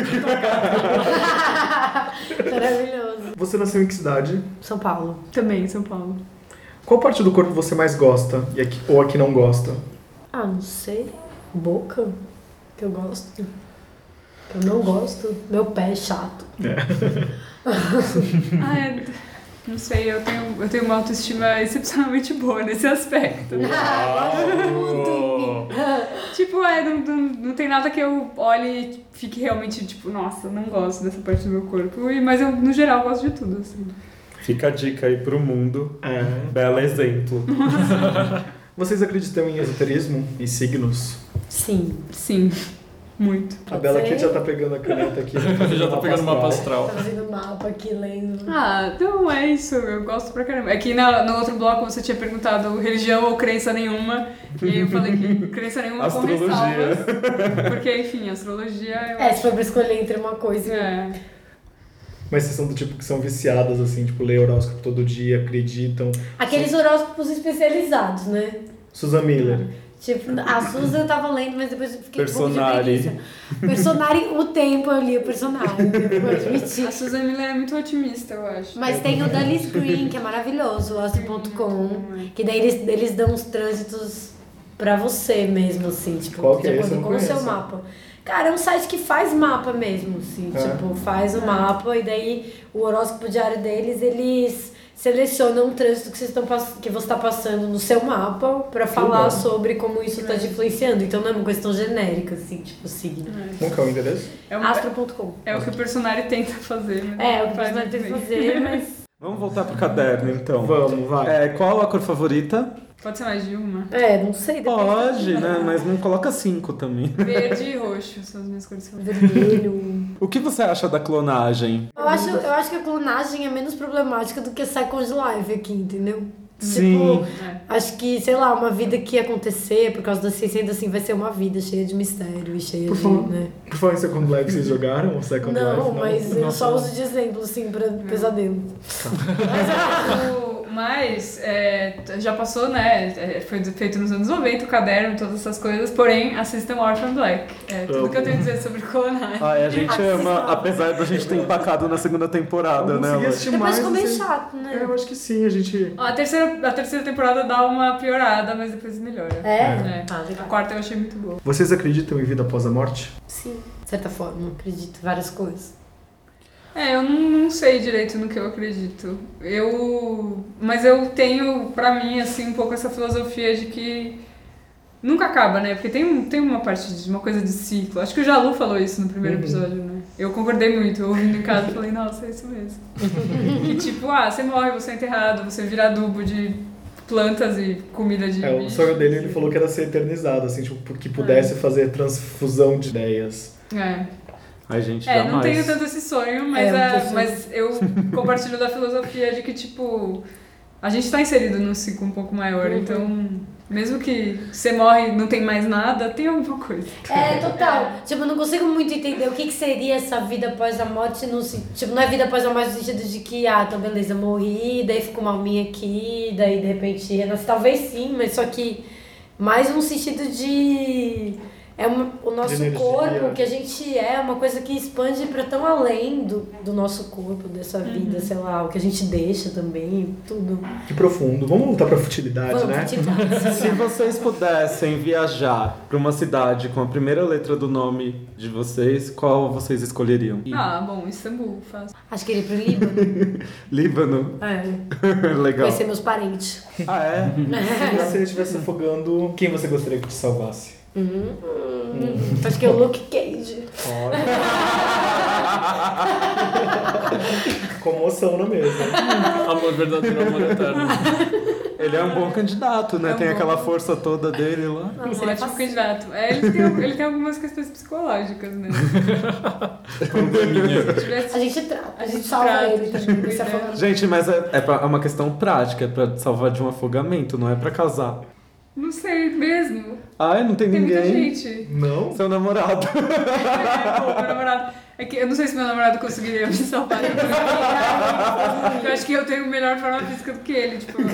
Maravilhoso. Você nasceu em que cidade? São Paulo. Também, em São Paulo. Qual parte do corpo você mais gosta e a que- ou a que não gosta? Ah, não sei. Boca. Que eu gosto. Que eu não gosto. Meu pé é chato. Ah, é. Não sei, eu tenho, eu tenho uma autoestima excepcionalmente boa nesse aspecto. Tudo. Tipo, é, não, não, não tem nada que eu olhe e fique realmente, tipo, nossa, não gosto dessa parte do meu corpo. E- Mas eu, no geral, gosto de tudo, assim. Fica a dica aí pro mundo. É. Belo exemplo. Vocês acreditam em esoterismo? Em signos? Sim. Sim, muito. a Pode Bela aqui ser. já tá pegando a caneta aqui. Você já tá pegando uma mapa Tá astral. fazendo mapa aqui, lendo. Ah, não, é isso, eu gosto pra caramba. É que na, no outro bloco você tinha perguntado religião ou crença nenhuma, e eu falei que crença nenhuma com Astrologia. ressalvas. Porque, enfim, astrologia eu É, se for pra escolher entre uma coisa e É. Mas vocês são do tipo que são viciadas, assim, tipo, lê horóscopo todo dia, acreditam. Aqueles horóscopos especializados, né? Susan Miller. Tipo, a Suzy eu tava lendo, mas depois eu fiquei Personari. um pouco de preguiça. Personari, o tempo eu li o personagem, eu vou admitir. A Susan Miller é muito otimista, eu acho. Mas tem o da Alice Green, que é maravilhoso, o astro.com, que daí eles, eles dão uns trânsitos pra você mesmo, assim, tipo, Qual que de é esse? acordo Eu não com o seu conheço. mapa. Cara, é um site que faz mapa mesmo, assim, É. tipo, faz o mapa e daí o horóscopo diário deles, eles selecionam um trânsito que, vocês estão pass- que você está passando no seu mapa pra falar bom. sobre como isso tá te influenciando. Então não é uma questão genérica, assim, tipo, signo. Qual que é o endereço? É, uma- Astro.com. é o que o personagem tenta fazer. mas É, o não que faz você vai ter que muito bem. fazer, mas Vamos voltar pro caderno, então. Vamos, vai. É, qual a cor favorita? Pode ser mais de uma. É, não sei. depende. Pode, né? Mas não coloca cinco também. Verde e roxo são as minhas cores favoritas. Vermelho. O que você acha da clonagem? Eu acho, eu acho que a clonagem é menos problemática do que a Second Life aqui, entendeu? Sim. Tipo, acho que, sei lá, uma vida que ia acontecer por causa da ciência ainda assim vai ser uma vida cheia de mistério e cheia Por de. favor. Né? Por favor, em Second Life, vocês jogaram o Second Life? Não, mas eu Nossa, É. só não. uso de exemplo, assim, pra pesadelo. O- Mas é, já passou, né? é, Foi feito nos anos 90, o caderno, todas essas coisas. Porém, assistam Orphan Black. É tudo que eu tenho a dizer sobre clonagem. Ai, a gente Ah, ama, apesar da gente ter empacado na segunda temporada, Eu né? consegui Lu? assistir Depois mais. ficou meio assim. chato, É, né? eu acho que sim, a gente. A terceira, a terceira temporada dá uma piorada, mas depois melhora. É? É. Ah, legal. A quarta eu achei muito boa. Vocês acreditam em vida após a morte? Sim, de certa forma, acredito em várias coisas. É, eu não, não sei direito no que eu acredito. Eu. Mas eu tenho pra mim, assim, um pouco essa filosofia de que nunca acaba, né? Porque tem, um- tem uma parte de uma coisa de ciclo. Acho que o Jalu falou isso no primeiro episódio, né? Eu concordei muito, eu ouvindo em casa falei, nossa, é isso mesmo. que tipo, ah, você morre, você é enterrado, você vira adubo de plantas e comida de. É, o bichos. sonho dele, ele falou que era ser eternizado, assim, tipo, que É. pudesse fazer transfusão de ideias. É. Ai, gente, É, não jamais. tenho tanto esse sonho, mas, É, eu a- não tenho mas eu compartilho da filosofia de que, tipo, a gente tá inserido num ciclo um pouco maior, Uhum. então, mesmo que você morre e não tem mais nada, tem alguma coisa. É, total. Tipo, eu não consigo muito entender o que, que seria essa vida após a morte. No, sen- tipo, não é vida após a morte no sentido de que, ah, então beleza, morri, daí fico uma alminha aqui, daí de repente renasce. Talvez sim, mas só que mais um sentido de. É uma- o nosso energia. corpo, o que a gente é, é uma coisa que expande pra tão além do, do nosso corpo, dessa vida, sei lá, o que a gente deixa também, tudo. Que profundo. Vamos voltar pra futilidade, Vamos, né? né? Se vocês pudessem viajar pra uma cidade com a primeira letra do nome de vocês, qual vocês escolheriam? Ah, bom, Istambul, fácil. Acho que iria pro Líbano. Líbano. né? É, Legal. conhecer meus parentes. Ah, é? Se você estivesse afogando, quem você gostaria que te salvasse? Uhum. Acho que é o Luke Cage. Comoção na mesa. Amor verdadeiro, amor eterno. Ele é um bom candidato, né? É um Tem bom. aquela força toda dele lá. Ah, Não, Um ótimo seria é fácil. candidato. É, ele, tem, ele tem algumas questões psicológicas, né? Tipo, Se A tivesse gente trata, a gente salva trata, ele a gente também. se cuida. afogar. Gente, mas é, é pra- é uma questão prática, é pra salvar de um afogamento, não é pra casar. Não sei mesmo. Ai, não tem, Tem muita ninguém. gente. Não? Seu namorado. É, pô, meu namorado. É que eu não sei se meu namorado conseguiria me salvar. é. Eu acho que eu tenho melhor forma física do que ele. Tipo, no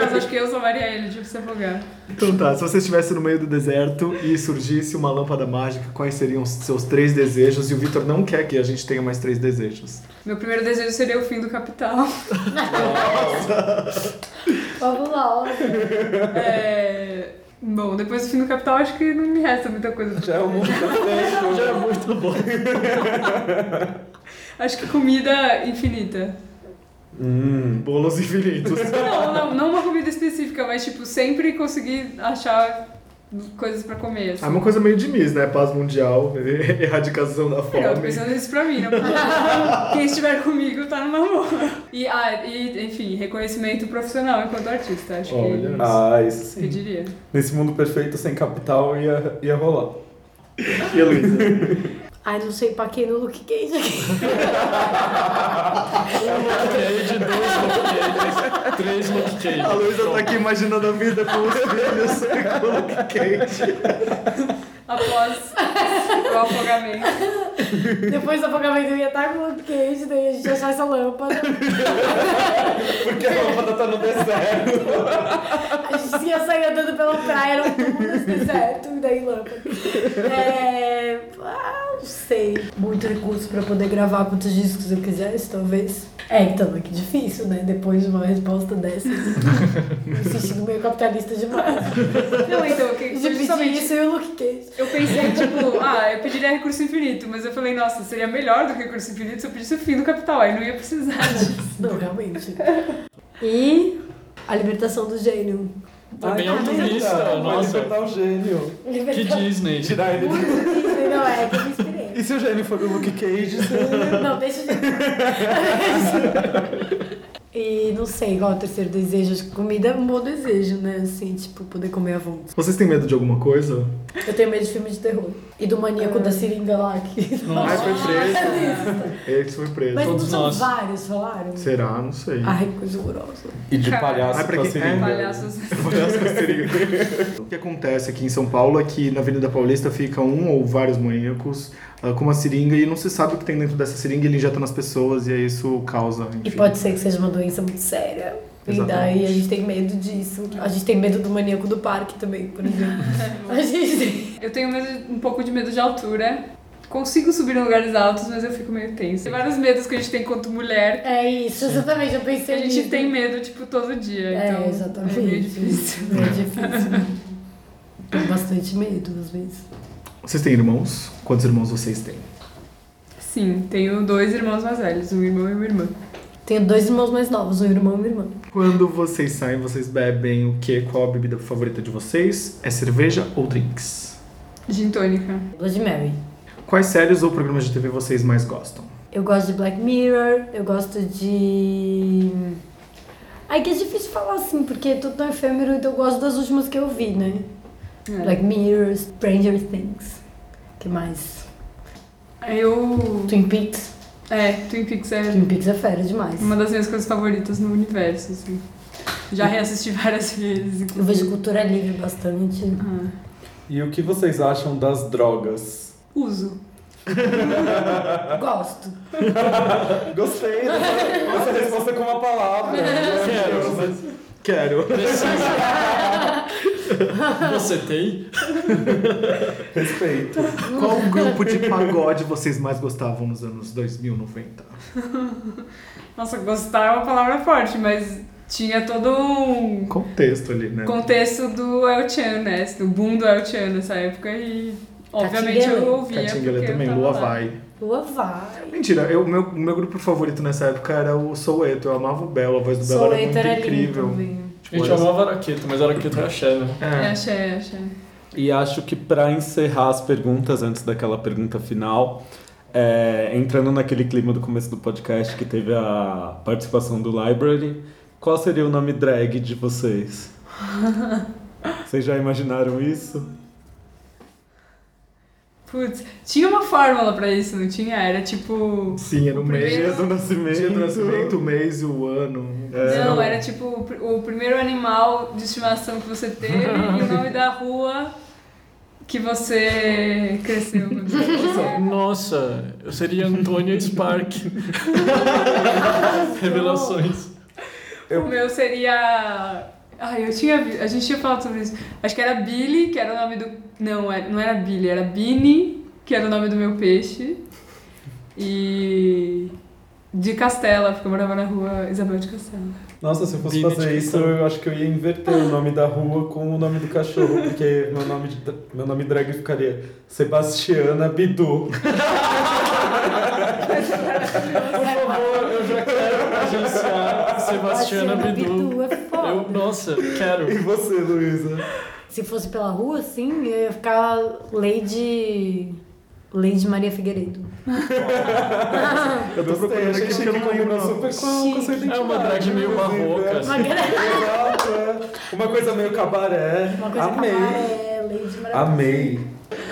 caso, acho que eu salvaria ele de se afogar. Então tá, se você estivesse no meio do deserto e surgisse uma lâmpada mágica, quais seriam os seus três desejos? E o Vitor não quer que a gente tenha mais três desejos. Meu primeiro desejo seria o fim do capital. Vamos lá, ó. É... Bom, depois do fim do capital, acho que não me resta muita coisa. pra Já é um mundo perfeito. Já é muito bom. Acho que comida infinita. Hum. Bolos infinitos. Não, não, não uma comida específica, mas tipo, sempre conseguir achar coisas pra comer. É Assim. uma coisa meio de Miss, né? Paz mundial, erradicação da É, Eu tô fome. pensando nisso pra mim, né? Porque quem estiver comigo tá numa boa. E, ah, e, enfim, reconhecimento profissional enquanto artista, acho é Olha. Ah, isso que, que eu sim. diria. Nesse mundo perfeito, sem capital, ia, ia rolar. E a Luísa? Ai, não sei pra quem no Luke Cage é aqui. Cage, dois Luke Cages, três Luke Cages. A Luísa tá aqui imaginando a vida com os filhos e com o Luke Cage. Após o afogamento. Depois do afogamento eu ia estar com o Luke Cage, daí a gente ia achar essa lâmpada. Porque a lâmpada tá no deserto. A gente ia sair andando pela praia, era um túmulo nesse deserto, e daí lâmpada. É. Ah, não sei. Muito recurso pra poder gravar quantos discos eu quisesse, talvez. É, então, é que difícil, né? Depois de uma resposta dessa. Me sentindo meio capitalista demais. Não, então, que, De pedir justamente isso e o Luke Cage. eu pensei, tipo, ah, eu pediria recurso infinito, mas eu falei, nossa, seria melhor do que recurso infinito se eu pedisse o fim do capital, aí não ia precisar disso. Não, realmente. E a libertação do gênio. Também é Ai, tá, altruísta, vai nossa. libertar o gênio. Que Disney. Tirar ele. Disney, não é, que eu me inspirei. E se o gênio for o Luke Cage? você- Não, deixa de. E não sei qual é o terceiro desejo. Acho que comida é um bom desejo, né? Assim, tipo, poder comer à vontade. Vocês têm medo de alguma coisa? Eu tenho medo de filme de terror. E do maníaco da seringa lá que. Ai, foi preso. Ele foi preso. Mas não Todos são nós. vários, falaram? Será? Não sei. Ai, coisa horrorosa. E de Cara. palhaço Ai, pra com a quem- é. seringa. Palhaços. O que acontece aqui em São Paulo é que na Avenida Paulista fica um ou vários maníacos ah, com uma seringa e não se sabe o que tem dentro dessa seringa, ele injeta nas pessoas e aí isso causa. E Enfim. pode ser que seja uma doença muito séria. Exatamente. E daí a gente tem medo disso. A gente tem medo do maníaco do parque também, por exemplo. a gente. Eu tenho medo- um pouco de medo de altura. Consigo subir em lugares altos, mas eu fico meio tensa. Tem vários medos que a gente tem enquanto mulher. É isso, exatamente. Eu que pensei A gente nisso. tem medo, tipo, todo dia. É, então, exatamente. É meio difícil. É difícil. né? Tem bastante medo, às vezes. Vocês têm irmãos? Quantos irmãos vocês têm? Sim, tenho dois irmãos mais velhos, um irmão e uma irmã. Tenho dois irmãos mais novos, um irmão e uma irmã. Quando vocês saem, vocês bebem o quê? Qual a bebida favorita de vocês? É cerveja ou drinks? Gin tônica. Blood Mary. Quais séries ou programas de TV vocês mais gostam? Eu gosto de Black Mirror, eu gosto de. Ai, que é difícil falar assim, porque é tudo tão efêmero, então eu gosto das últimas que eu vi, né? é. Black Mirror, Stranger Things. que mais? Eu. Twin Peaks. É, Twin Peaks é Twin Peaks é fera demais. uma das minhas coisas favoritas no universo, assim. Já reassisti várias vezes. Eu vejo cultura livre bastante. Ah, E o que vocês acham das drogas? uso. Gosto. Gostei dessa dessa resposta com uma palavra. Maravilhosa. Quero. Você tem? Respeito. Qual grupo de pagode vocês mais gostavam nos anos 2000, 90? Nossa, gostar é uma palavra forte, mas tinha todo um Contexto ali, né? contexto do El Chan, né? Do boom do El Chan nessa época e obviamente Catinguele. eu ouvia. Catinguele porque eu também, tava Lua lá. Vai. Lua vai. Mentira, eu- meu, meu grupo favorito nessa época era o Soueto. Eu amava o Belo, a voz do Belo era muito Soleto era lindo incrível. também. A Tipo, gente olha só. chamava Araqueto, mas Araqueto é axé, né? É, É. axé, axé. E acho que pra encerrar as perguntas, antes daquela pergunta final, é, entrando naquele clima do começo do podcast que teve a participação do Library, qual seria o nome drag de vocês? Vocês já imaginaram isso? Putz, tinha uma fórmula pra isso, não tinha? Era tipo. Sim, era o mês. Primeiro- Dia do É. nascimento. É. Dia do nascimento, o mês e o ano. Não, era tipo o pr- o primeiro animal de estimação que você teve e o nome da rua que você cresceu. Nossa, eu seria Antônia Spark. Revelações. O meu seria. Ai, eu tinha. vi- A gente tinha falado sobre isso. Acho que era Billy, que era o nome do. Não, era- não era Billy, era Bini, que era o nome do meu peixe. E. De Castela, porque eu morava na rua Isabel de Castela. Nossa, se eu fosse Vini fazer de isso, Quintão. eu acho que eu ia inverter o nome da rua com o nome do cachorro, porque meu nome, de- meu nome drag ficaria Sebastiana Bidu. Por favor, eu já quero agenciar Sebastiana Bidu. é foda. Eu, nossa, quero. E você, Luísa? Se fosse pela rua, sim, eu ia ficar Lady. Lady Maria Figueiredo. Eu tô procurando aqui porque eu não lembro. combina não. super com, com sua Chique. identidade. É uma drag meio inclusive, barroca, é. assim. Uma grande- Exato, é. Uma coisa meio cabaré. Uma coisa Amei. cabaré, é Lady Maria. Amei.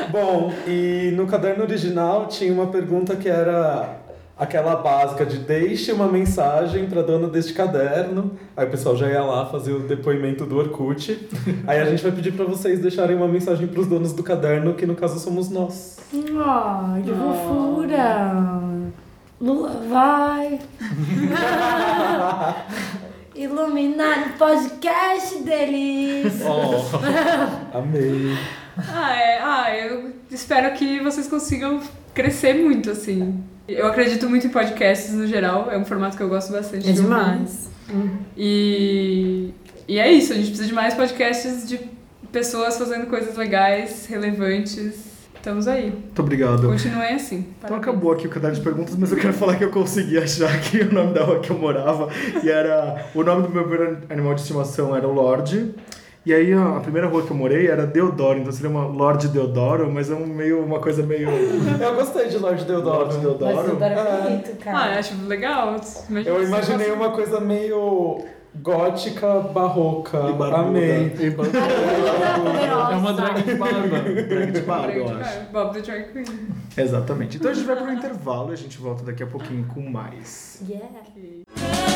Bom, e no caderno original tinha uma pergunta que era aquela básica de deixe uma mensagem para dona deste caderno. Aí o pessoal já ia lá fazer o depoimento do Orkut. Aí a gente vai pedir para vocês deixarem uma mensagem para os donos do caderno, que no caso somos nós. Ai, que fofura! Lua vai! Iluminar o podcast deles! Oh, Amei. Ah, é. Ah, eu espero que vocês consigam crescer muito, assim. Eu acredito muito em podcasts no geral, é um formato que eu gosto bastante. É de ouvir. demais. Uhum. E, e é isso, a gente precisa de mais podcasts de pessoas fazendo coisas legais, relevantes. Estamos aí. Muito obrigado. Continuem assim. Então Parabéns. acabou aqui o caderno de perguntas, mas eu quero falar que eu consegui achar aqui o nome da rua que eu morava. E era. O nome do meu primeiro animal de estimação era o Lorde. E aí a a primeira rua que eu morei era Deodoro, então seria uma Lorde Deodoro, mas é um meio, uma coisa meio Eu gostei de Lorde Deodoro. Lorde Mas o Deodoro. Dora é Ah, bonito, eu cara. acho legal. Imagina Eu se imaginei fosse- uma coisa meio gótica, barroca. E barbuda. Amei. E ba- Poderosa. É uma drag de barba. Drag de barba, Drag eu de acho. barba. Bob the Drag Queen. Exatamente. Então a gente vai pro intervalo e a gente volta daqui a pouquinho com mais. Yeah.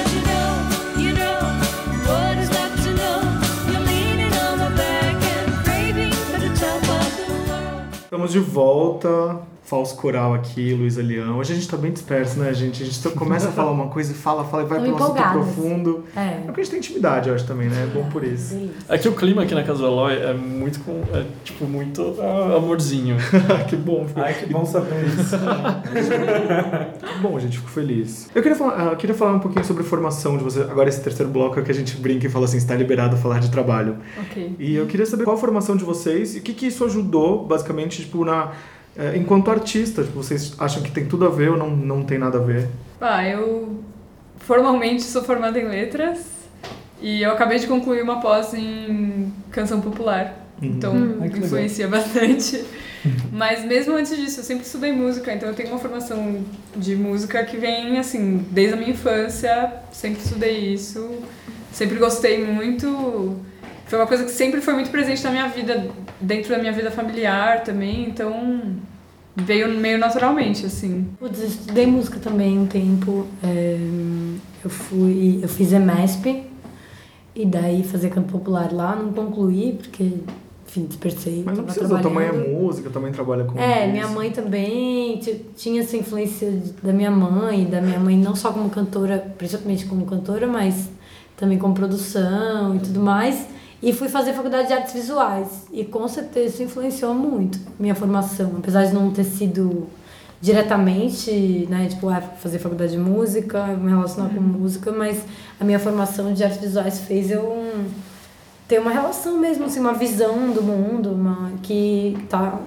You know what is left to know. You're leaning on the back and craving for the top of the world. Estamos de volta. Falso coral aqui, Luísa Leão. Hoje a gente tá bem disperso, né, gente? A gente só começa a falar uma coisa e fala, fala e vai Tão pro nosso empolgadas. profundo. É É. porque a gente tem intimidade, eu acho, também, né? É bom por isso. Delícia. É que o clima aqui na casa do Aloy é muito com. É tipo muito ah, amorzinho. que bom, Ai, que bom saber isso. Bom, gente, fico feliz. Eu queria falar, ah, queria falar um pouquinho sobre formação de você. Agora, esse terceiro bloco é o que a gente brinca e fala assim: está liberado a falar de trabalho. Ok. E eu queria saber qual a formação de vocês e o que, que isso ajudou, basicamente, tipo, na. eh, Enquanto artista, tipo, vocês acham que tem tudo a ver ou não, não tem nada a ver? Ah, eu formalmente sou formada em letras e eu acabei de concluir uma pós em canção popular. Então influencia bastante. Mas mesmo antes disso, eu sempre estudei música, então eu tenho uma formação de música que vem assim, desde a minha infância, sempre estudei isso, sempre gostei muito. Foi uma coisa que sempre foi muito presente na minha vida, dentro da minha vida familiar também, então veio meio naturalmente, assim. Putz, eu estudei música também um tempo. é, eu fui, eu fiz EMESP e daí fazer canto popular lá, não concluí porque, enfim, dispersei. Mas não tava precisa, tua mãe é Tá trabalhando. música, tua mãe trabalha com. É, isso. minha mãe também ti- tinha essa influência de- da minha mãe, da minha mãe não só como cantora, principalmente como cantora, mas também com produção e tudo mais. E fui fazer faculdade de artes visuais e com certeza isso influenciou muito minha formação, apesar de não ter sido diretamente, né, tipo, ah, fazer faculdade de música, me relacionar com música, mas a minha formação de artes visuais fez eu hum, ter uma relação mesmo, assim, uma visão do mundo, uma, que tá,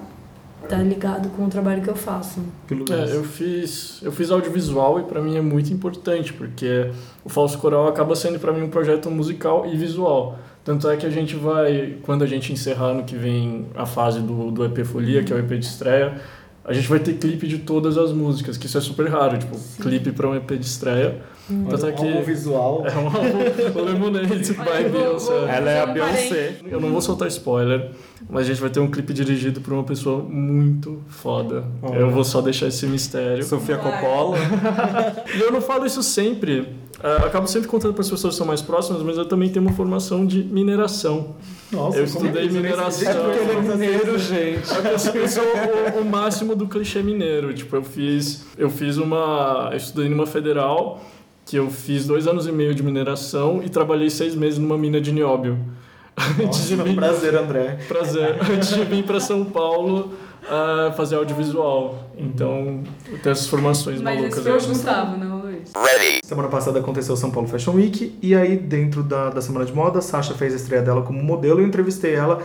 tá ligado com o trabalho que eu faço. Que lugar. É, eu fiz, eu fiz audiovisual e pra mim é muito importante, porque o falso coral acaba sendo pra mim um projeto musical e visual. Tanto é que a gente vai, quando a gente encerrar no que vem a fase do, do EP Folia, que é o EP de estreia, a gente vai ter clipe de todas as músicas, que isso é super raro, tipo, clipe pra um EP de estreia. Tanto é que Álbum visual. é um álbum, o Lemonade by eu vou- um Beyoncé. vou- Ela é a Eu não parei. Beyoncé. Eu não vou soltar spoiler, mas a gente vai ter um clipe dirigido por uma pessoa muito foda. Olha. Eu vou só deixar esse mistério. Sofia Vai. Coppola. E eu não falo isso sempre. Ah, Eu acabo sempre contando para as pessoas que são mais próximas, mas eu também tenho uma formação de mineração. Nossa, eu como é estudei isso? mineração. Gente, porque ele é mineiro, gente. Eu sou- eu sou o, o máximo do clichê mineiro. Tipo, eu fiz, eu fiz uma. Eu estudei numa federal que eu fiz dois anos e meio de mineração e trabalhei seis meses numa mina de nióbio. Antes de Nossa, vir- prazer, André. prazer. Antes de vir para São Paulo ah, fazer audiovisual. Então, eu tenho essas formações Mas esse malucas. foi eu o acho. Gustavo, não o Luiz. Semana passada aconteceu o São Paulo Fashion Week e aí dentro da, da semana de moda, a Sasha fez a estreia dela como modelo, eu entrevistei ela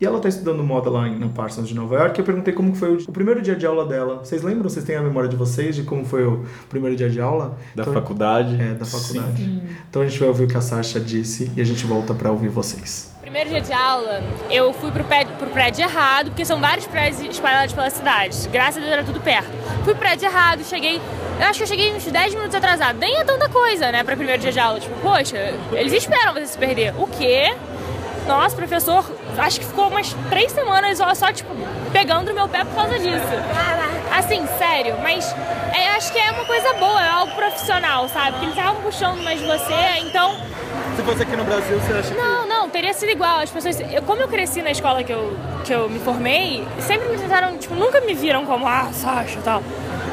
e ela tá estudando moda lá em, na Parsons de Nova York. Eu perguntei como que foi o, o primeiro dia de aula dela. Vocês lembram? Vocês têm a memória de vocês de como foi o primeiro dia de aula? Da Então- faculdade. É, da faculdade. Então a gente vai ouvir o que a Sasha disse e a gente volta pra ouvir vocês. Primeiro dia de aula, eu fui pro prédio, pro prédio errado, porque são vários prédios espalhados pela cidade. Graças a Deus era tudo perto. Fui pro prédio errado, cheguei. Eu acho que eu cheguei uns 10 minutos atrasado. Nem é tanta coisa, né, pra primeiro dia de aula. Tipo, poxa, eles esperam você se perder. O quê? Nossa, professor, acho que ficou umas três semanas só, só tipo, pegando no meu pé por causa disso. Assim, sério, mas é, eu acho que é uma coisa boa, é algo profissional, sabe? Porque eles estavam puxando mais de você, então Se fosse aqui no Brasil, você acha não, não, teria sido igual. As pessoas. Eu, como eu cresci na escola que eu, que eu me formei, sempre me tentaram, tipo, nunca me viram como, ah, Sasha e tal.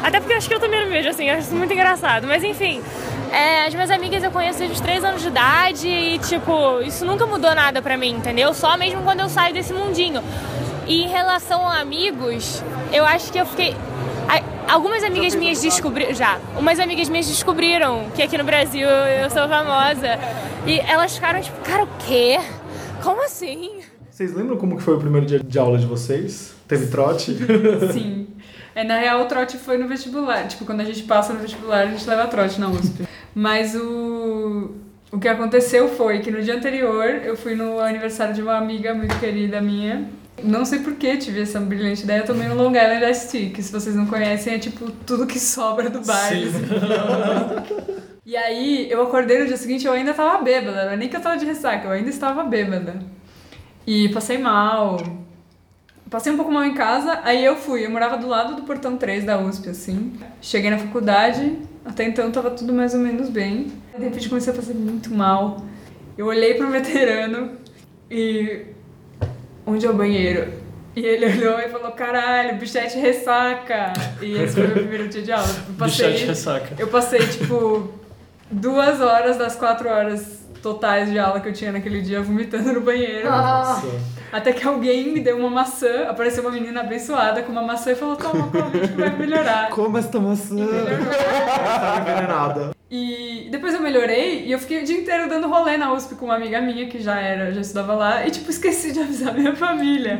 Até porque eu acho que eu também não me vejo assim, eu acho isso muito engraçado. Mas enfim, é, as minhas amigas eu conheço desde os 3 anos de idade e, tipo, isso nunca mudou nada pra mim, entendeu? Só mesmo quando eu saio desse mundinho. E em relação a amigos, eu acho que eu fiquei. A- Algumas amigas minhas descobriram. Já. Umas amigas minhas descobriram que aqui no Brasil eu sou famosa. E elas ficaram tipo, cara, o quê? Como assim? Vocês lembram como que foi o primeiro dia de aula de vocês? Teve trote? Sim. É, na real, o trote foi no vestibular. Tipo, quando a gente passa no vestibular, a gente leva trote na USP. Mas o. O que aconteceu foi que no dia anterior eu fui no aniversário de uma amiga muito querida minha. Não sei por que tive essa brilhante ideia, eu tomei um Long Island Iced Tea, que se vocês não conhecem é tipo tudo que sobra do baile. E aí eu acordei no dia seguinte eu ainda tava bêbada, não é nem que eu tava de ressaca, eu ainda estava bêbada. E passei mal. Passei um pouco mal em casa, aí eu fui. Eu morava do lado do portão 3 da USP, assim. Cheguei na faculdade, até então tava tudo mais ou menos bem. De repente comecei a fazer muito mal. Eu olhei pro veterano e. Onde é o banheiro? E ele olhou e falou: caralho, bichete ressaca. E esse foi o meu primeiro dia de aula. Eu Passei Bichete ressaca. eu passei, tipo, duas horas das quatro horas totais de aula que eu tinha naquele dia vomitando no banheiro. Até que alguém me deu uma maçã, apareceu uma menina abençoada com uma maçã e falou: toma, come, acho que vai melhorar. Como esta maçã? Envenenada. E depois eu melhorei e eu fiquei o dia inteiro dando rolê na USP com uma amiga minha que já era, já estudava lá, e tipo, esqueci de avisar minha família.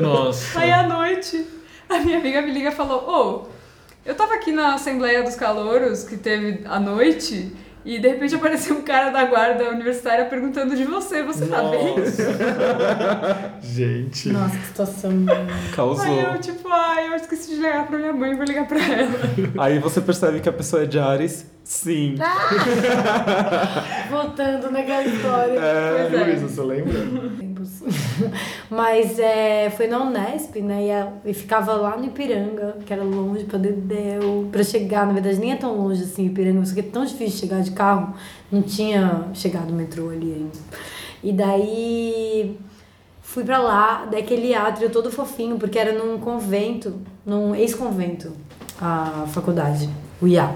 Nossa. Aí à noite, a minha amiga me liga e falou: Ô, eu tava aqui na Assembleia dos Calouros, que teve à noite, e de repente apareceu um cara da guarda universitária perguntando de você, você tá bem? Gente. Nossa, que situação. Aí eu, Causou. tipo, ai, eu esqueci de ligar pra minha mãe, vou ligar pra ela. Aí você percebe que a pessoa é de Ares? Sim. Tá. Voltando naquela história. Pois é. Luísa, você lembra? Tempos. Mas é, foi na Unesp, né? E, a- e ficava lá no Ipiranga, que era longe pra Dedéu. Pra chegar, na verdade, nem é tão longe assim, Ipiranga, mas que é tão difícil chegar de carro. Não tinha chegado o metrô ali ainda. E daí fui pra lá, daquele átrio todo fofinho, porque era num convento, num ex-convento, a faculdade, o IA.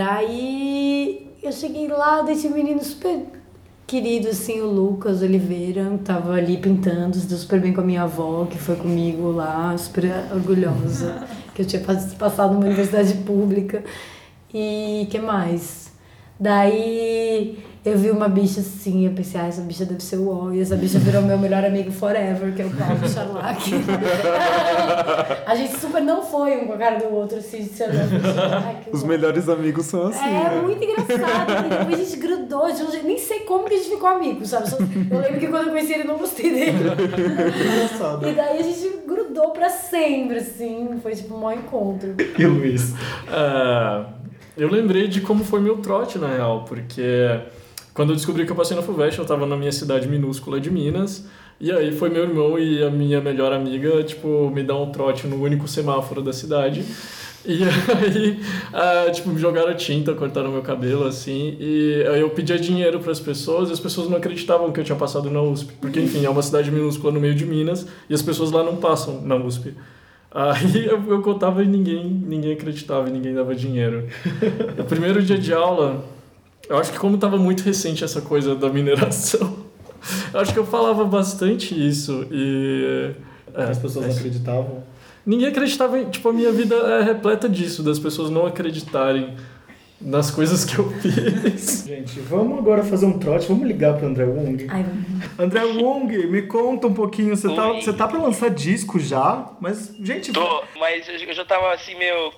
Daí eu cheguei lá, desse menino super querido, assim, o Lucas Oliveira, que tava ali pintando, se deu super bem com a minha avó, que foi comigo lá, super orgulhosa, que eu tinha pas- passado numa universidade pública. E que mais? Daí eu vi uma bicha assim, eu pensei, ah, essa bicha deve ser o UOL, e essa bicha virou meu melhor amigo forever, que é o Paulo Charlac. a gente super não foi um com a cara do outro, assim, se olhando, "Ai, que Os uó". melhores amigos são assim. É, né? muito engraçado. E depois a gente grudou, de um jeito- nem sei como que a gente ficou amigo, sabe? Só- eu lembro que quando eu conheci ele, eu não gostei dele. Engraçado. E daí a gente grudou pra sempre, assim. Foi tipo um maior encontro. E Luiz? É, eu lembrei de como foi meu trote, na real, porque quando eu descobri que eu passei na FUVEST, eu tava na minha cidade minúscula de Minas, e aí foi meu irmão e a minha melhor amiga, tipo, me dar um trote no único semáforo da cidade. E aí, ah, tipo, me jogaram tinta, cortaram meu cabelo, assim, e aí eu pedia dinheiro para as pessoas e as pessoas não acreditavam que eu tinha passado na USP, porque, enfim, é uma cidade minúscula no meio de Minas e as pessoas lá não passam na USP. Aí eu, eu contava e ninguém, ninguém acreditava e ninguém dava dinheiro. O primeiro dia de aula, eu acho que como estava muito recente essa coisa da mineração, eu acho que eu falava bastante isso e... é, As pessoas é não isso. acreditavam. Ninguém acreditava em. Tipo, a minha vida é repleta disso, das pessoas não acreditarem nas coisas que eu fiz. Gente, vamos agora fazer um trote, vamos ligar pro André Wong. Ai, vamos. André Wong, me conta um pouquinho, você tá, Oi. você tá pra lançar disco já, mas, gente, Tô, mas eu eu já tava assim, meio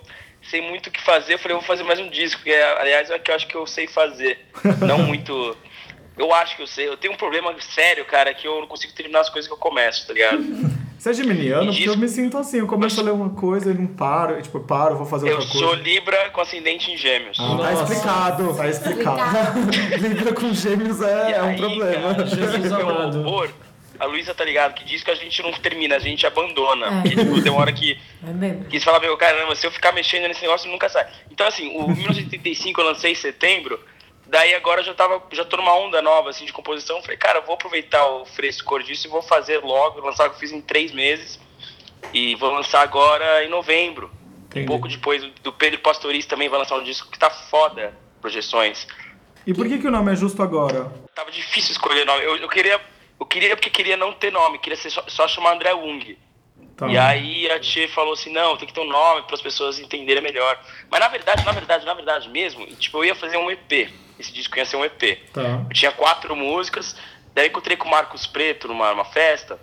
sem muito o que fazer. Eu falei, eu vou fazer mais um disco, que é, aliás, é o que eu acho que eu sei fazer. Não muito. Eu acho que eu sei. Eu tenho um problema sério, cara, que eu não consigo terminar as coisas que eu começo, tá ligado? você é geminiano? Porque eu Disco. me sinto assim, eu começo a ler uma coisa e não paro, e, tipo, eu paro, vou fazer Eu outra sou coisa. Libra com ascendente em Gêmeos. Ah, tá explicado, tá explicado. Libra com gêmeos é, é um problema. Cara, Jesus meu amado. horror, a Luísa tá ligado que diz que a gente não termina, a gente abandona. É. Porque, tipo, tem uma hora que É mesmo? E você fala, meu, caramba, se eu ficar mexendo nesse negócio, nunca sai. Então, assim, o 1985 eu lancei em setembro, daí agora eu já, tava, já tô numa onda nova, assim, de composição. Eu Falei, cara, eu vou aproveitar o frescor disso e vou fazer logo, lançar o que eu fiz em três meses. E vou lançar agora em novembro. Um pouco depois do Pedro Pastoriz também vai lançar um disco que tá foda, projeções. E por que que o nome é Justo Agora? Tava difícil escolher nome. Eu, eu queria. Eu queria porque queria não ter nome, queria ser só, só chamar André Wung. Tá. E aí a Tchê falou assim, não, tem que ter um nome para as pessoas entenderem melhor. Mas na verdade, na verdade, na verdade mesmo, tipo, eu ia fazer um EP. Esse disco ia ser um EP. Tá. Eu tinha quatro músicas, daí eu encontrei com o Marcos Preto numa, numa festa,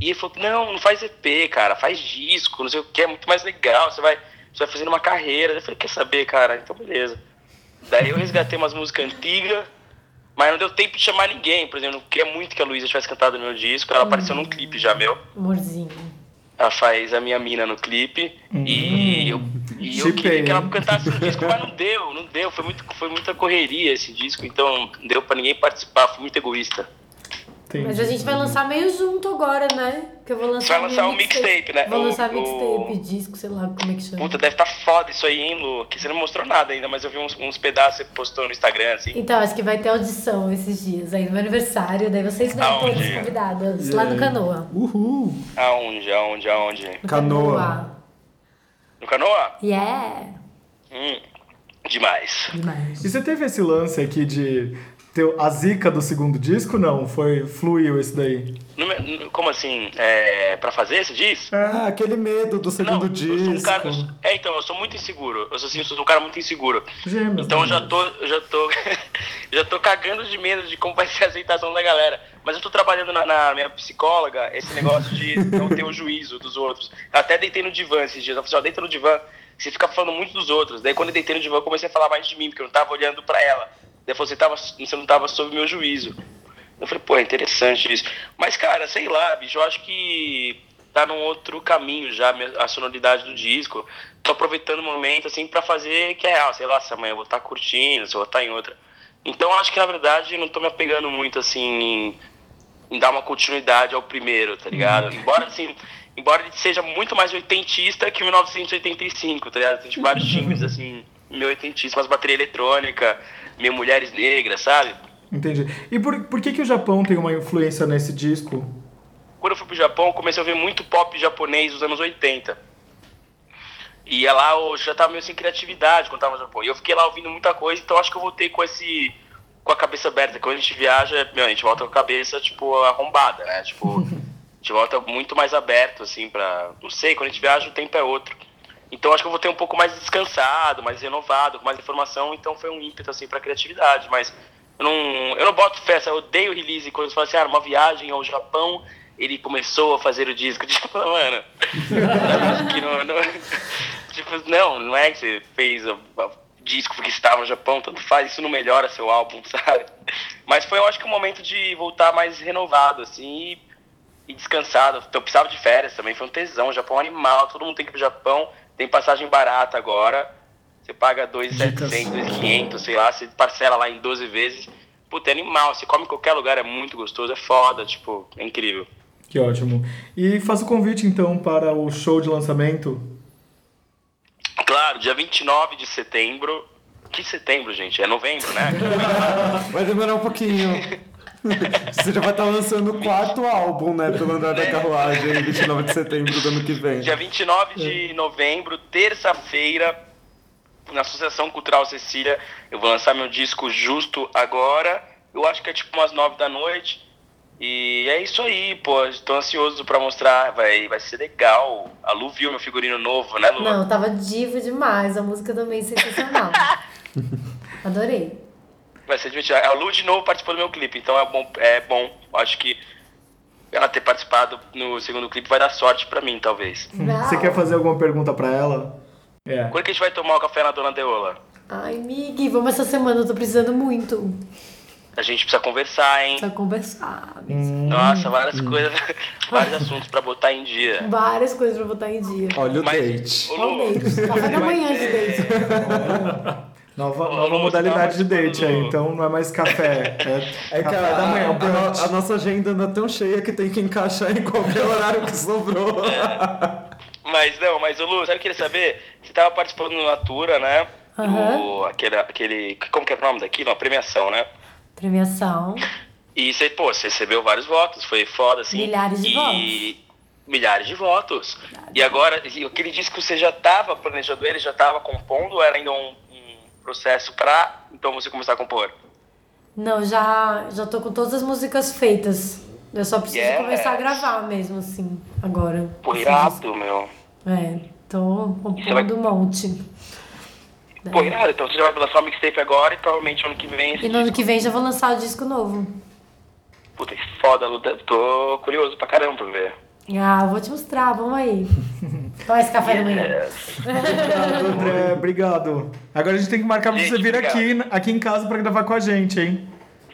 e ele falou, não, não faz EP, cara, faz disco, não sei o que, é muito mais legal, você vai, você vai fazendo uma carreira. Eu falei, quer saber, cara? Então beleza. Daí eu resgatei umas músicas antigas, Mas não deu tempo de chamar ninguém, por exemplo, eu queria muito que a Luísa tivesse cantado no meu disco, ela apareceu num clipe já meu. Amorzinho. Ela faz a minha mina no clipe. E eu, e eu Chipei, queria que ela hein? cantasse no disco, mas não deu, não deu. Foi, muito, foi muita correria esse disco, então não deu pra ninguém participar, fui muito egoísta. Mas a gente vai lançar meio junto agora, né? Que eu vou lançar. Vai lançar minha um mixtape, né? Vou O- lançar o- mixtape, disco, sei lá como é que chama. Puta, deve estar tá foda isso aí, hein, Lu? Que você não mostrou nada ainda, mas eu vi uns, uns pedaços que você postou no Instagram, assim. Então, acho que vai ter audição esses dias aí, no meu aniversário, daí vocês vêm Aonde? todos convidadas, lá no Canoa. Uhul! Aonde, aonde, aonde? Canoa. No Canoa? Yeah! Hum, demais. E você teve esse lance aqui de ter a zica do segundo disco? Não, foi fluiu esse daí. No meu- no- como assim? É, pra fazer, você diz? Ah, aquele medo do segundo disco. Eu sou um cara- eu sou- é, então, eu sou muito inseguro. Eu sou, assim, eu sou um cara muito inseguro. Gêmeos. Então eu já tô, eu já tô, já tô cagando de medo de como vai ser a aceitação da galera. Mas eu tô trabalhando na, na minha psicóloga esse negócio de não ter o juízo dos outros. Eu até deitei no divã esses dias. Ela falou assim, ó, deita no divã, você fica falando muito dos outros. Daí quando eu deitei no divã, eu comecei a falar mais de mim, porque eu não tava olhando pra ela. Daí você tava, você não tava sob o meu juízo. Eu falei, pô, é interessante isso. Mas, cara, sei lá, bicho, eu acho que tá num outro caminho já me- a sonoridade do disco. Tô aproveitando o momento, assim, pra fazer que é real. Sei lá, se amanhã eu vou estar curtindo, se eu vou estar em outra. Então, eu acho que, na verdade, eu não tô me apegando muito, assim, em, em dar uma continuidade ao primeiro, tá ligado? Embora, assim, embora ele seja muito mais oitentista que 1985, tá ligado? Tem tipo, vários times, assim, meio oitentista, mas bateria eletrônica, meio mulheres negras, sabe? Entendi. E por, por que, que o Japão tem uma influência nesse disco? quando eu fui pro Japão, eu comecei a ver muito pop japonês dos anos 80. E é lá eu já tava meio sem criatividade quando tava no Japão. E eu fiquei lá ouvindo muita coisa, então acho que eu voltei com esse. com a cabeça aberta. Quando a gente viaja, meu, a gente volta com a cabeça, tipo, arrombada, né? Tipo, a gente volta muito mais aberto, assim, pra. Não sei, quando a gente viaja o tempo é outro. Então acho que eu voltei um pouco mais descansado, mais renovado, com mais informação, então foi um ímpeto, assim, pra criatividade. Mas eu não, eu não boto festa, eu odeio release quando você fala assim, ah, uma viagem ao Japão, ele começou a fazer o disco. Tipo, mano. que não, não- tipo, não, não é que você fez o, o disco porque estava no Japão, tanto faz, isso não melhora seu álbum, sabe? Mas foi, eu acho que um momento de voltar mais renovado, assim, e, e descansado. Então, eu precisava de férias também, foi um tesão. O Japão é um animal, todo mundo tem que ir pro Japão, tem passagem barata agora. Você paga 2,700, 2,500, sei lá, você parcela lá em 12 vezes. Puta, é animal, você come em qualquer lugar, é muito gostoso, é foda, tipo, é incrível. Que ótimo. E faço o convite então para o show de lançamento. Claro, dia 29 de setembro. Que setembro, gente? É novembro, né? Vai demorar um pouquinho. Você já vai estar lançando o quarto álbum, né? Pelo andar É. da carruagem, em 29 de setembro do ano que vem. Dia 29 de novembro, terça-feira, na Associação Cultural Cecília, eu vou lançar meu disco justo agora. Eu acho que é tipo umas 9 da noite. E é isso aí, pô. Estou ansioso pra mostrar. Vai, vai ser legal. A Lu viu meu figurino novo, né, Lu? Não, tava diva demais, a música também é sensacional. Adorei. Vai ser divertido. A Lu de novo participou do meu clipe, então é bom. É bom. Eu Acho que ela ter participado no segundo clipe vai dar sorte pra mim, talvez. Hum. Você quer fazer alguma pergunta para ela? É. Quando que a gente vai tomar o café na Dona Deola? Ai, Mig, vamos essa semana, eu tô precisando muito. A gente precisa conversar, hein? Pra Hum. conversar. Nossa, várias coisas, vários assuntos pra botar Tá em dia. Várias coisas pra botar em dia. Olha o Mas, date. ô, Lu, Palmeiras. Café da manhã de dente. Nova, nova modalidade de date aí, então não é mais café. É, É que café a, da a- manhã, brunch. a- a nossa agenda anda tão cheia que tem que encaixar em qualquer horário que sobrou. mas não, mas o Lu, sabe o que eu queria saber? Você tava participando do Natura, né? Aham. Do, aquele, aquele. Como que é o nome daquilo? Uma premiação, né? Premiação. E você, pô, você recebeu vários votos, foi foda, assim. Milhares de e... votos. Milhares de votos. E agora, e aquele disco você já estava planejando ele, já estava compondo, ou era ainda um, um processo pra então você começar a compor? Não, já, já tô com todas as músicas feitas. Eu só preciso Yes. começar a gravar mesmo, assim, agora. Pô, irado, meu. É, tô Você vai- compondo um monte. Pô, irado, então você já vai lançar o mixtape agora e provavelmente ano que vem esse E no ano que vem já vou lançar o disco novo. Puta, que foda, Luda. Tô curioso pra caramba pra ver. Ah, vou te mostrar, vamos aí. Toma esse café da manhã. Obrigado, André, obrigado. Agora a gente tem que marcar pra Gente, você vir obrigado. aqui, aqui em casa pra gravar com a gente, hein?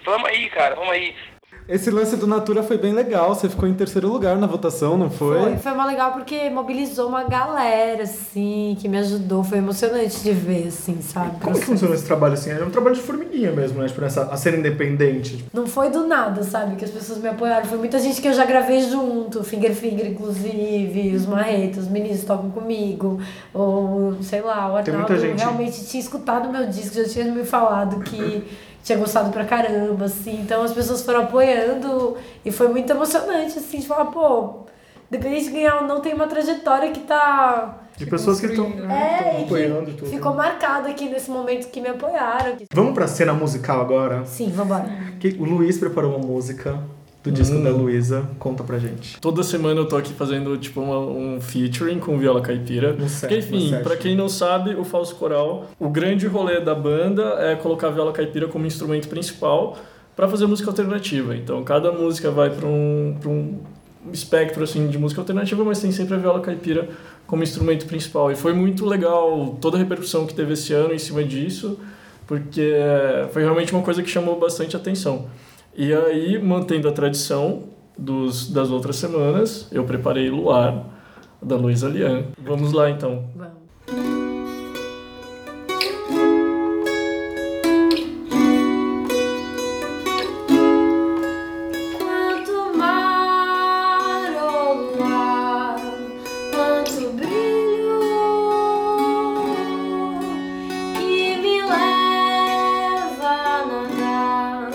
Vamos aí, cara, vamos aí. Esse lance do Natura foi bem legal. Você ficou em terceiro lugar na votação, não foi? Foi, foi mó legal porque mobilizou uma galera, assim, que me ajudou. Foi emocionante de ver, assim, sabe? Como que funciona esse trabalho assim? É um trabalho de formiguinha mesmo, né? Tipo, nessa, a ser independente. tipo, Não foi do nada, sabe? Que as pessoas me apoiaram. Foi muita gente que eu já gravei junto. Finger Finger, inclusive, Uhum. os marretos, os meninos tocam comigo. Ou, sei lá, o Tem Arnaldo muita gente. realmente tinha escutado meu disco, já tinha me falado que tinha gostado pra caramba, assim. Então as pessoas foram apoiando e foi muito emocionante, assim, de falar, pô, independente de ganhar ou não, tem uma trajetória que tá. De pessoas que estão É, e apoiando e que tudo. ficou marcado aqui nesse momento que me apoiaram. que- Vamos pra cena musical agora? Sim, vambora. Que o Luiz preparou uma música do disco da Luísa. Conta pra gente. Toda semana eu tô aqui fazendo tipo uma- um featuring com Viola Caipira. Um set, Porque, enfim, no set. pra quem não sabe, o falso coral, o grande rolê da banda é colocar a Viola Caipira como instrumento principal pra fazer música alternativa. Então cada música vai pra um, pra um espectro assim de música alternativa, mas tem sempre a Viola Caipira como instrumento principal. E foi muito legal toda a repercussão que teve esse ano em cima disso, porque é, foi realmente uma coisa que chamou bastante atenção. E aí, mantendo a tradição dos, das outras semanas, eu preparei Luar, da Luísa Lian. Vamos lá então. Quanto mar ou luar, quanto brilho que me leva a nadar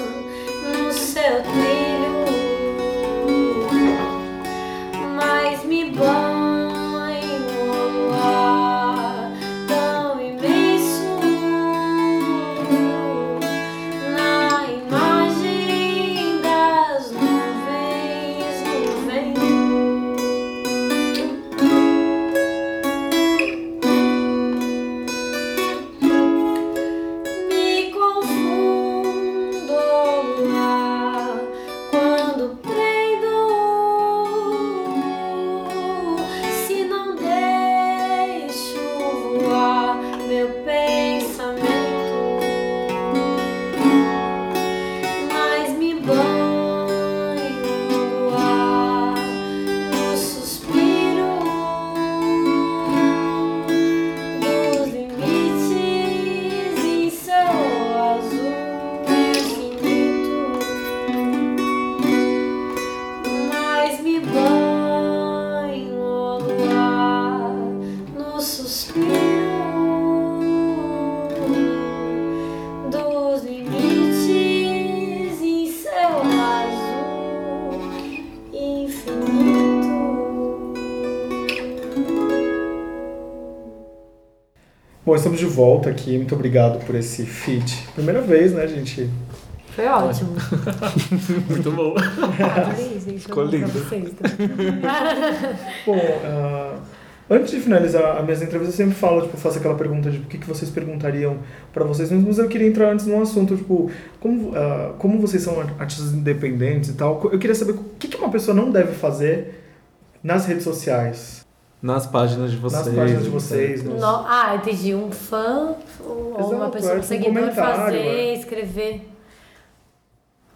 no seu trilho, mas me banho no luar tão imenso na imagem das nuvens, nuvem. Me confundo lá quando prendo, se não deixo voar meu pensamento mas me banho no ar, no suspiro dos limites em seu azul infinito, mas me banho no ar, no suspiro dos limites em seu azul infinito. Bom, estamos de volta aqui. Muito obrigado por esse feat. Primeira vez, né, gente? Foi ótimo. Muito bom. Adorei, gente. Ficou Eu vou pra lindo. vocês também. Bom, ah, antes de finalizar as minhas entrevistas, eu sempre falo, tipo, faço aquela pergunta de o que, que vocês perguntariam pra vocês mesmos, mas eu queria entrar antes num assunto, tipo, como, ah, como vocês são ar- artistas independentes e tal, eu queria saber o que, que uma pessoa não deve fazer nas redes sociais, Nas páginas de vocês. né? nas páginas de vocês, nos... No- ah, entendi. Um fã ou Exato, uma pessoa, é, um com seguidor comentário, fazer, é. escrever.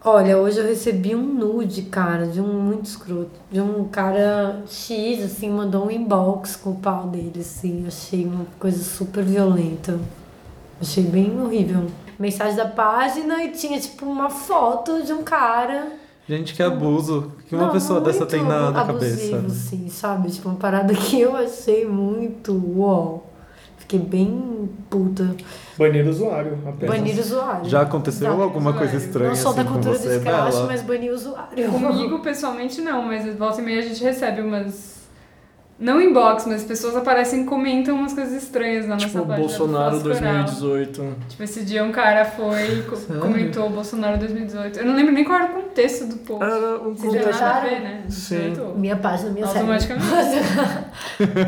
Olha, hoje eu recebi um nude, cara, de um muito escroto. De um cara X, assim, mandou um inbox com o pau dele, assim. Achei uma coisa super violenta. Achei bem horrível. Mensagem da página e tinha, tipo, uma foto de um cara. Gente, que abuso. O que uma Não, é pessoa dessa muito tem na, na abusivo, cabeça? né? Sim, sabe? Tipo, uma parada que eu achei muito uau. Fiquei bem puta. banir o usuário apenas. Banir usuário. assim, Já aconteceu Exato. alguma coisa estranha Não sou assim da com cultura do você, escracho, Bela? mas banir usuário. Comigo, pessoalmente, não, mas volta e meia a gente recebe umas. Não inbox, mas pessoas aparecem e comentam umas coisas estranhas na Tipo, nossa página. do Bolsonaro Falso Coral. 2018. Tipo, esse dia um cara foi e co- comentou Bolsonaro 2018. Eu não lembro nem qual era o contexto do post. Era um Vocês contexto- nada a ver, né? Sim. Deletou. Minha página, minha série. Automaticamente.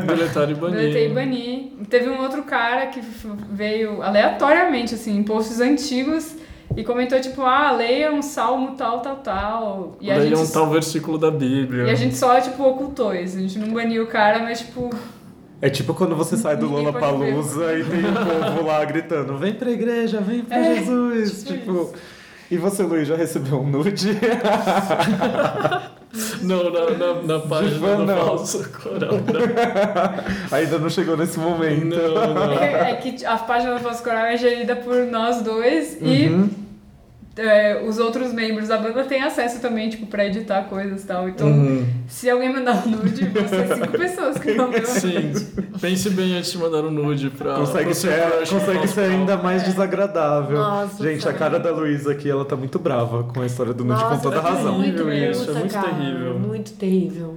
Deletar e Deletei e banir. bani. Teve um outro cara que f- veio aleatoriamente, assim, em posts antigos e comentou, tipo, ah, leia um salmo tal, tal, tal. E a Daí é gente um tal versículo da Bíblia. E a gente só, tipo, ocultou isso. A gente não baniu o cara, mas, tipo, É tipo quando você sai do Ninguém Lola pode Palusa e tem o povo lá gritando: vem pra igreja, vem pra É, Jesus. Tipo, E você, Luiz, já recebeu um nude? Não, na, na, na página Diva, do não. falso coral. Ainda não chegou nesse momento. Uhum. É que a página do Falso Coral é gerida por nós dois e Uhum. é, os outros membros da banda têm acesso também, tipo, pra editar coisas e tal. Então, Uhum. se alguém mandar um nude, vão ser cinco pessoas que vão ver. Sim, pense bem antes de mandar um nude pra. Consegue pro seu ser, crush do consegue falso ser coral. ainda mais desagradável. É. Nossa, Gente, a sério. cara da Luísa aqui, ela tá muito brava com a história do nude, Nossa, com toda é razão. terrível Terrível isso, é puta, muito cara, terrível. Muito terrível.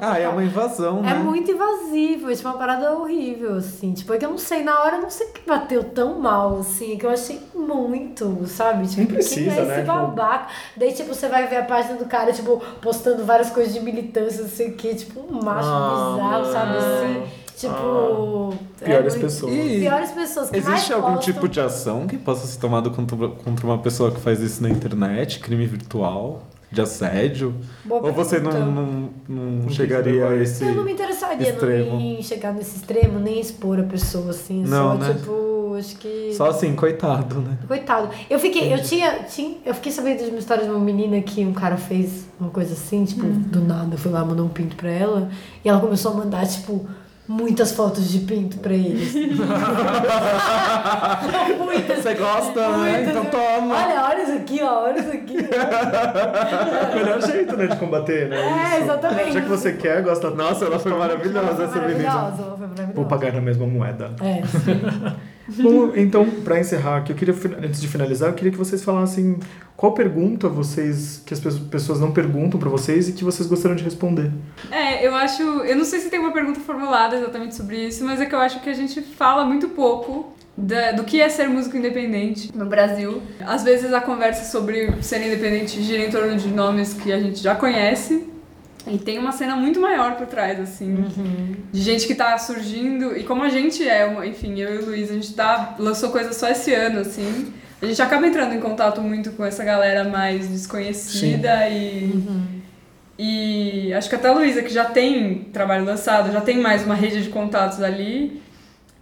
Ah, é uma invasão, né? É muito invasivo, é tipo uma parada horrível, assim. Tipo, é que eu não sei, na hora eu não sei que bateu tão mal, assim, que eu achei muito, sabe? Tipo, Nem quem precisa, é né? esse babaca? Daí, tipo, você vai ver a página do cara, tipo, postando várias coisas de militância, não sei o quê, tipo, um macho Ah, bizarro, sabe? mano. Assim, tipo. é Piores muito- pessoas. E- Piores pessoas que mais Ah. Existe algum postam. tipo de ação que possa ser tomada contra, contra uma pessoa que faz isso na internet? Crime virtual? De assédio? Boa Ou você não, pergunta. não, não chegaria a esse. Eu não me interessaria extremo. nem em chegar nesse extremo, nem expor a pessoa, assim. Não, só, né? tipo, acho que. Só assim, coitado, né? Coitado. Eu fiquei, eu tinha, tinha. Eu fiquei sabendo de uma história de uma menina que um cara fez uma coisa assim, tipo, do nada, foi lá, mandou um pinto pra ela. E ela começou a mandar, tipo, muitas fotos de pinto pra eles. muitas. Você gosta, né? muitas. Então toma! Olha, olha isso aqui, ó, olha isso aqui. É O melhor jeito, né, de combater, né? É, isso. exatamente. Já que você é quer, gosta. Nossa, Ela foi maravilhosa essa menina. Maravilhosa, ela foi maravilhosa. Vou pagar na mesma moeda. É, sim. Bom, então, pra encerrar aqui, eu queria, fin- antes de finalizar, eu queria que vocês falassem qual pergunta vocês, que as pe- pessoas não perguntam pra vocês e que vocês gostariam de responder. É, eu acho. Eu não sei se tem uma pergunta formulada exatamente sobre isso, mas é que eu acho que a gente fala muito pouco. da- do que é ser músico independente no Brasil. Às vezes a conversa sobre ser independente gira em torno de nomes que a gente já conhece e tem uma cena muito maior por trás, assim, de gente que tá surgindo. E como a gente é, uma- enfim, eu e o Luiz, a gente tá, lançou coisas só esse ano, assim. A gente acaba entrando em contato muito com essa galera mais desconhecida e. E acho que até a Luísa, que já tem trabalho lançado, já tem mais uma rede de contatos ali.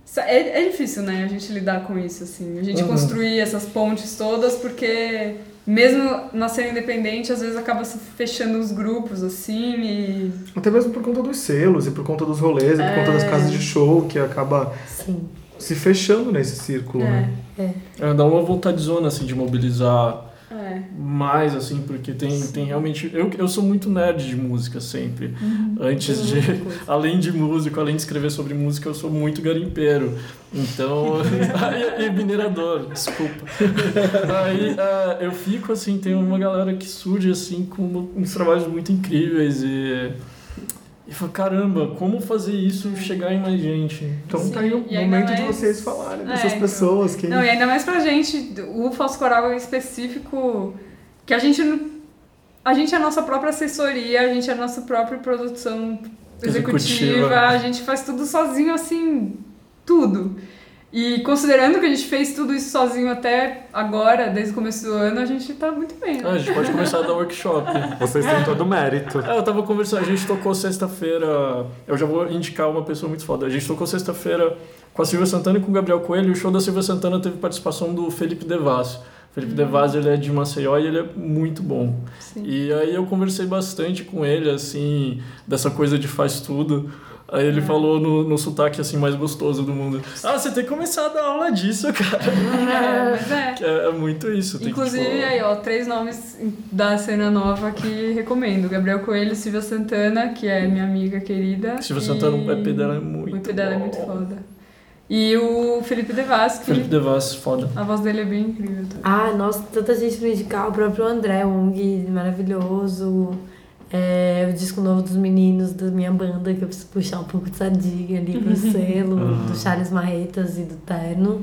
Sa- É, é difícil, né, a gente lidar com isso, assim. A gente Uhum. construir essas pontes todas, porque mesmo na cena independente, às vezes acaba se fechando os grupos, assim, e... Até mesmo por conta dos selos e por conta dos rolês e por conta É. das casas de show, que acaba sim. se fechando nesse Uhum. círculo, né? É, dá uma vontadezona, assim, de mobilizar É. mais, assim, porque tem, tem realmente... Eu, eu sou muito nerd de música, sempre. Antes de... Além de músico, além de escrever sobre música, eu sou muito garimpeiro. Então... e, e minerador, desculpa. Aí ah, eu fico, assim, tem uma galera que surge, assim, com uns trabalhos muito incríveis e... E falo, caramba, como fazer isso chegar em mais gente? Então Sim, tá aí o e ainda momento de mais- vocês falarem É, dessas então. pessoas. Quem... Não, e ainda mais pra gente, o falso coral em específico, que a gente não... A gente é a nossa própria assessoria, a gente é a nossa própria produção executiva, Executiva. a gente faz tudo sozinho, assim, tudo. E considerando que a gente fez tudo isso sozinho até agora, desde o começo do ano, a gente tá muito bem, né? Ah, a gente pode começar a dar workshop. Vocês têm todo o mérito. É, eu tava conversando, a gente tocou sexta-feira. Eu já vou indicar uma pessoa muito foda. A gente tocou sexta-feira com a Silvia Santana e com o Gabriel Coelho. E o show da Silvia Santana teve participação do Felipe Devas. Felipe Devas, ele é de Maceió e ele é muito bom. Hum. Sim. E aí eu conversei bastante com ele, assim, dessa coisa de faz tudo. Aí É. ele falou no, no sotaque, assim, mais gostoso do mundo. Ah, você tem que começar a dar aula disso, cara. É, mas é. É, é muito isso. Tem Inclusive, que, tipo, aí, ó, três nomes da cena nova que recomendo. Gabriel Coelho, Silvia Santana, que é minha amiga querida. Silvia e- Santana, o EP dela é muito O EP dela é bom. muito foda. E o Felipe Devas, que Felipe Devas, foda. a voz dele é bem incrível. também. Ah, nossa, tanta gente pra indicar. O próprio André Ung, maravilhoso. É, o disco novo dos meninos da minha banda, que eu preciso puxar um pouco de sardinha ali pro selo, do Charles Marretas e do Terno.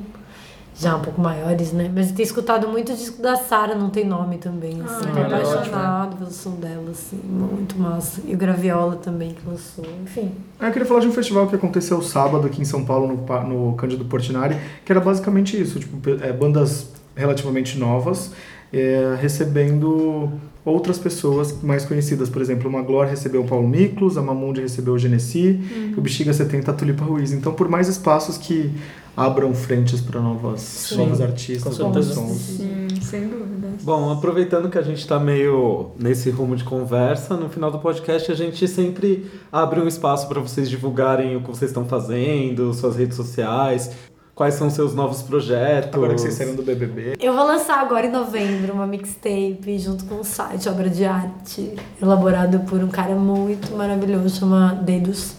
Já um pouco maiores, né? Mas eu tenho escutado muito o disco da Sara, não tem nome também. Assim, Ah, tô legal. apaixonado pelo som dela, assim, muito massa. E o Graviola também que lançou, enfim. Ah, eu queria falar de um festival que aconteceu sábado aqui em São Paulo, no, Pa- no Cândido Portinari, que era basicamente isso, tipo, pe- é, bandas relativamente novas é, recebendo outras pessoas mais conhecidas. Por exemplo, uma Glória recebeu o Paulo Miklos, a Mamundi recebeu o Genesi, Uhum. o Bexiga 70 a Tulipa Ruiz. Então, por mais espaços que abram frentes para novas novos artistas, com novos certeza. sons. sem dúvidas. Bom, aproveitando que a gente está meio nesse rumo de conversa, no final do podcast a gente sempre abre um espaço para vocês divulgarem o que vocês estão fazendo, suas redes sociais, quais são seus novos projetos. Agora que vocês saíram do BBB. Eu vou lançar agora em novembro uma mixtape junto com um site, obra de arte, elaborado por um cara muito maravilhoso, chama Dedos,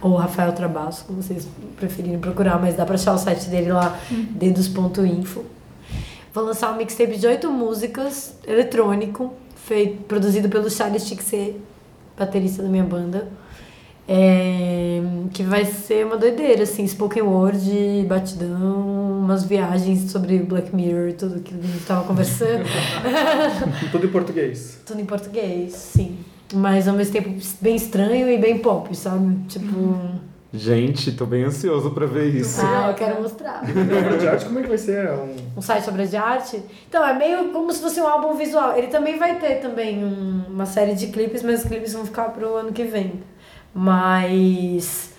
ou Rafael Trabasso, como vocês preferirem procurar, mas dá pra achar o site dele lá, dedos.info. Vou lançar um mixtape de oito músicas, eletrônico, feito, produzido pelo Charles Tixê, baterista da minha banda. É, que vai ser uma doideira, assim, spoken word, batidão, umas viagens sobre Black Mirror, tudo aquilo que a gente tava conversando. Tudo em português. Tudo em português, sim. Mas ao mesmo tempo bem estranho e bem pop, sabe? Tipo. Gente, tô bem ansioso para ver isso. Ah, eu quero mostrar. Obra de arte, como é que vai ser? É um- Um site sobre de arte. Então, é meio como se fosse um álbum visual. Ele também vai ter também um- uma série de clipes, mas os clipes vão ficar pro ano que vem. Mas.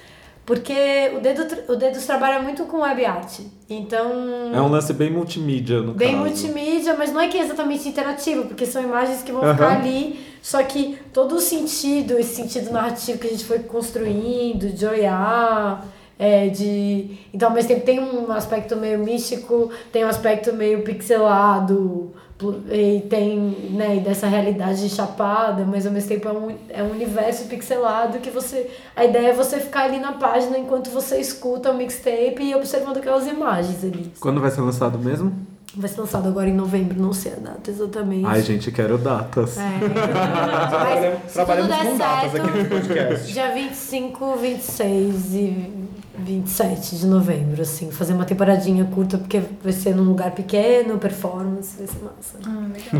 Porque o Dedo, o Dedos trabalha muito com web art. Então. É um lance bem multimídia, no Bem caso. multimídia, mas não é que é exatamente interativo, porque são imagens que vão Aham. ficar ali, só que todo o sentido, esse sentido narrativo que a gente foi construindo, de olhar, é, de. Então, ao mesmo tempo tem um aspecto meio místico, tem um aspecto meio pixelado, plu- e tem né, e dessa realidade chapada, mas ao mesmo tempo é um, é um universo pixelado que você. A ideia é você ficar ali na página enquanto você escuta o mixtape e observando aquelas imagens ali. Quando vai ser lançado mesmo? Vai ser lançado agora em novembro, não sei a data exatamente. Ai, gente, quero datas. É. Mas, se Trabalhamos tudo com der datas certo, aqui no podcast. Dia 25, 26 e 27 de novembro, assim. Fazer uma temporadinha curta, porque vai ser num lugar pequeno, performance, vai ser massa.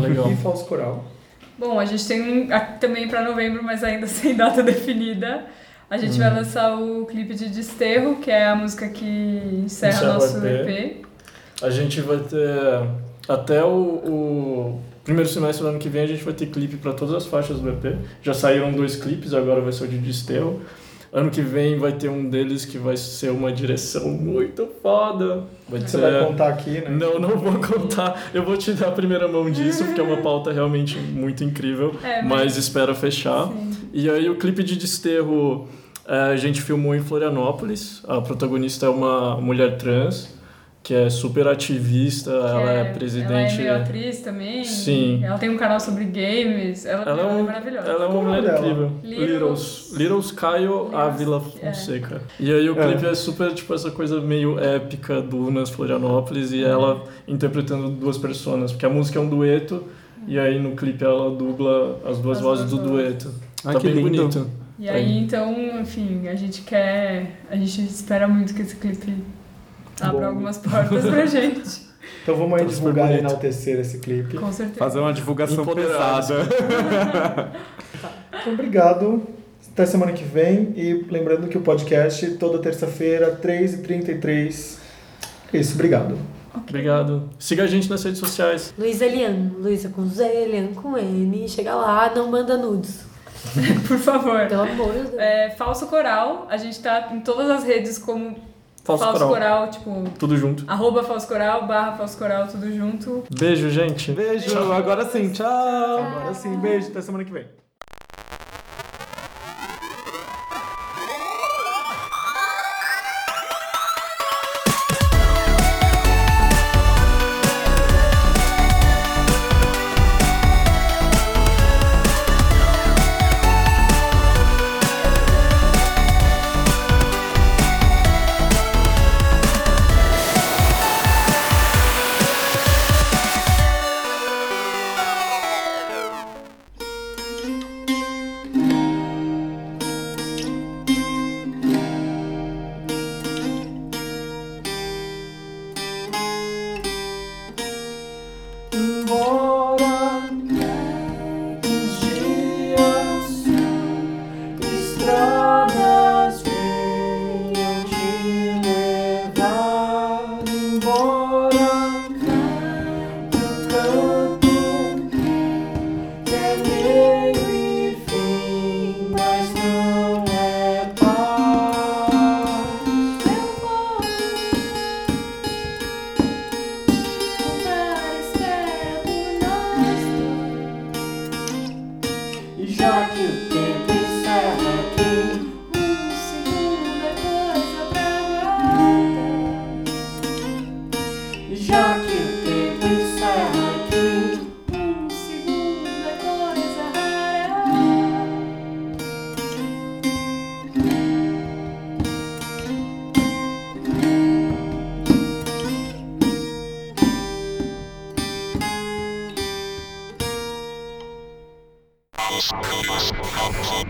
Legal. E falso coral. Ah, Bom, a gente tem um a- também pra novembro, mas ainda sem data definida. A gente Uhum. vai lançar o clipe de Desterro, que é a música que encerra Encerra o nosso EP. EP. A gente vai ter. Até o, o primeiro semestre do ano que vem, a gente vai ter clipe para todas as faixas do EP. Já saíram dois clipes, agora vai ser o de Desterro. Ano que vem vai ter um deles que vai ser uma direção muito foda. Vai Você ter- vai contar aqui, né? Não, não vou contar. Eu vou te dar a primeira mão disso, porque é uma pauta realmente muito incrível. É, mas- mas espera fechar. E aí o clipe de desterro eh, a gente filmou em Florianópolis. A protagonista é uma mulher trans que é super ativista, ela é, presidente. Ela é meio atriz também. Sim. Ela tem um canal sobre games. Ela, Ela é, é um- maravilhosa. ela é uma mulher dela? incrível. Littles- Littles, Littles Caio Ávila é. Fonseca. E aí o É. clipe é. super, tipo, essa coisa meio épica do Nas Florianópolis É. e ela interpretando duas personas, porque a música é um dueto e aí no clipe ela dubla as duas As vozes duas do vozes. dueto. Ai, tá que bem lindo. bonito. E aí, então, enfim, a gente quer. A gente espera muito que esse clipe abra Bom. algumas portas pra gente. Então vamos aí Tá super divulgar e bonito. enaltecer esse clipe. Com certeza. Fazer uma divulgação Empoderados. pesada. Então, obrigado. Até semana que vem. E lembrando que o podcast toda terça-feira, 3h33. É Isso, obrigado. Obrigado. Siga a gente nas redes sociais. Luísa Elian, Luísa com Z, Elian com N. Chega lá, não manda nudes. Por favor. Pelo amor de Deus. É, falso Coral, a gente tá em todas as redes como Falso, Coral. Coral, tipo, Tudo junto. arroba Falso Coral, barra Falso Coral, tudo junto. Beijo, gente. Beijo, agora sim, tchau. Agora sim, beijo. Até semana que vem. Um é Um é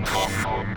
Thank you.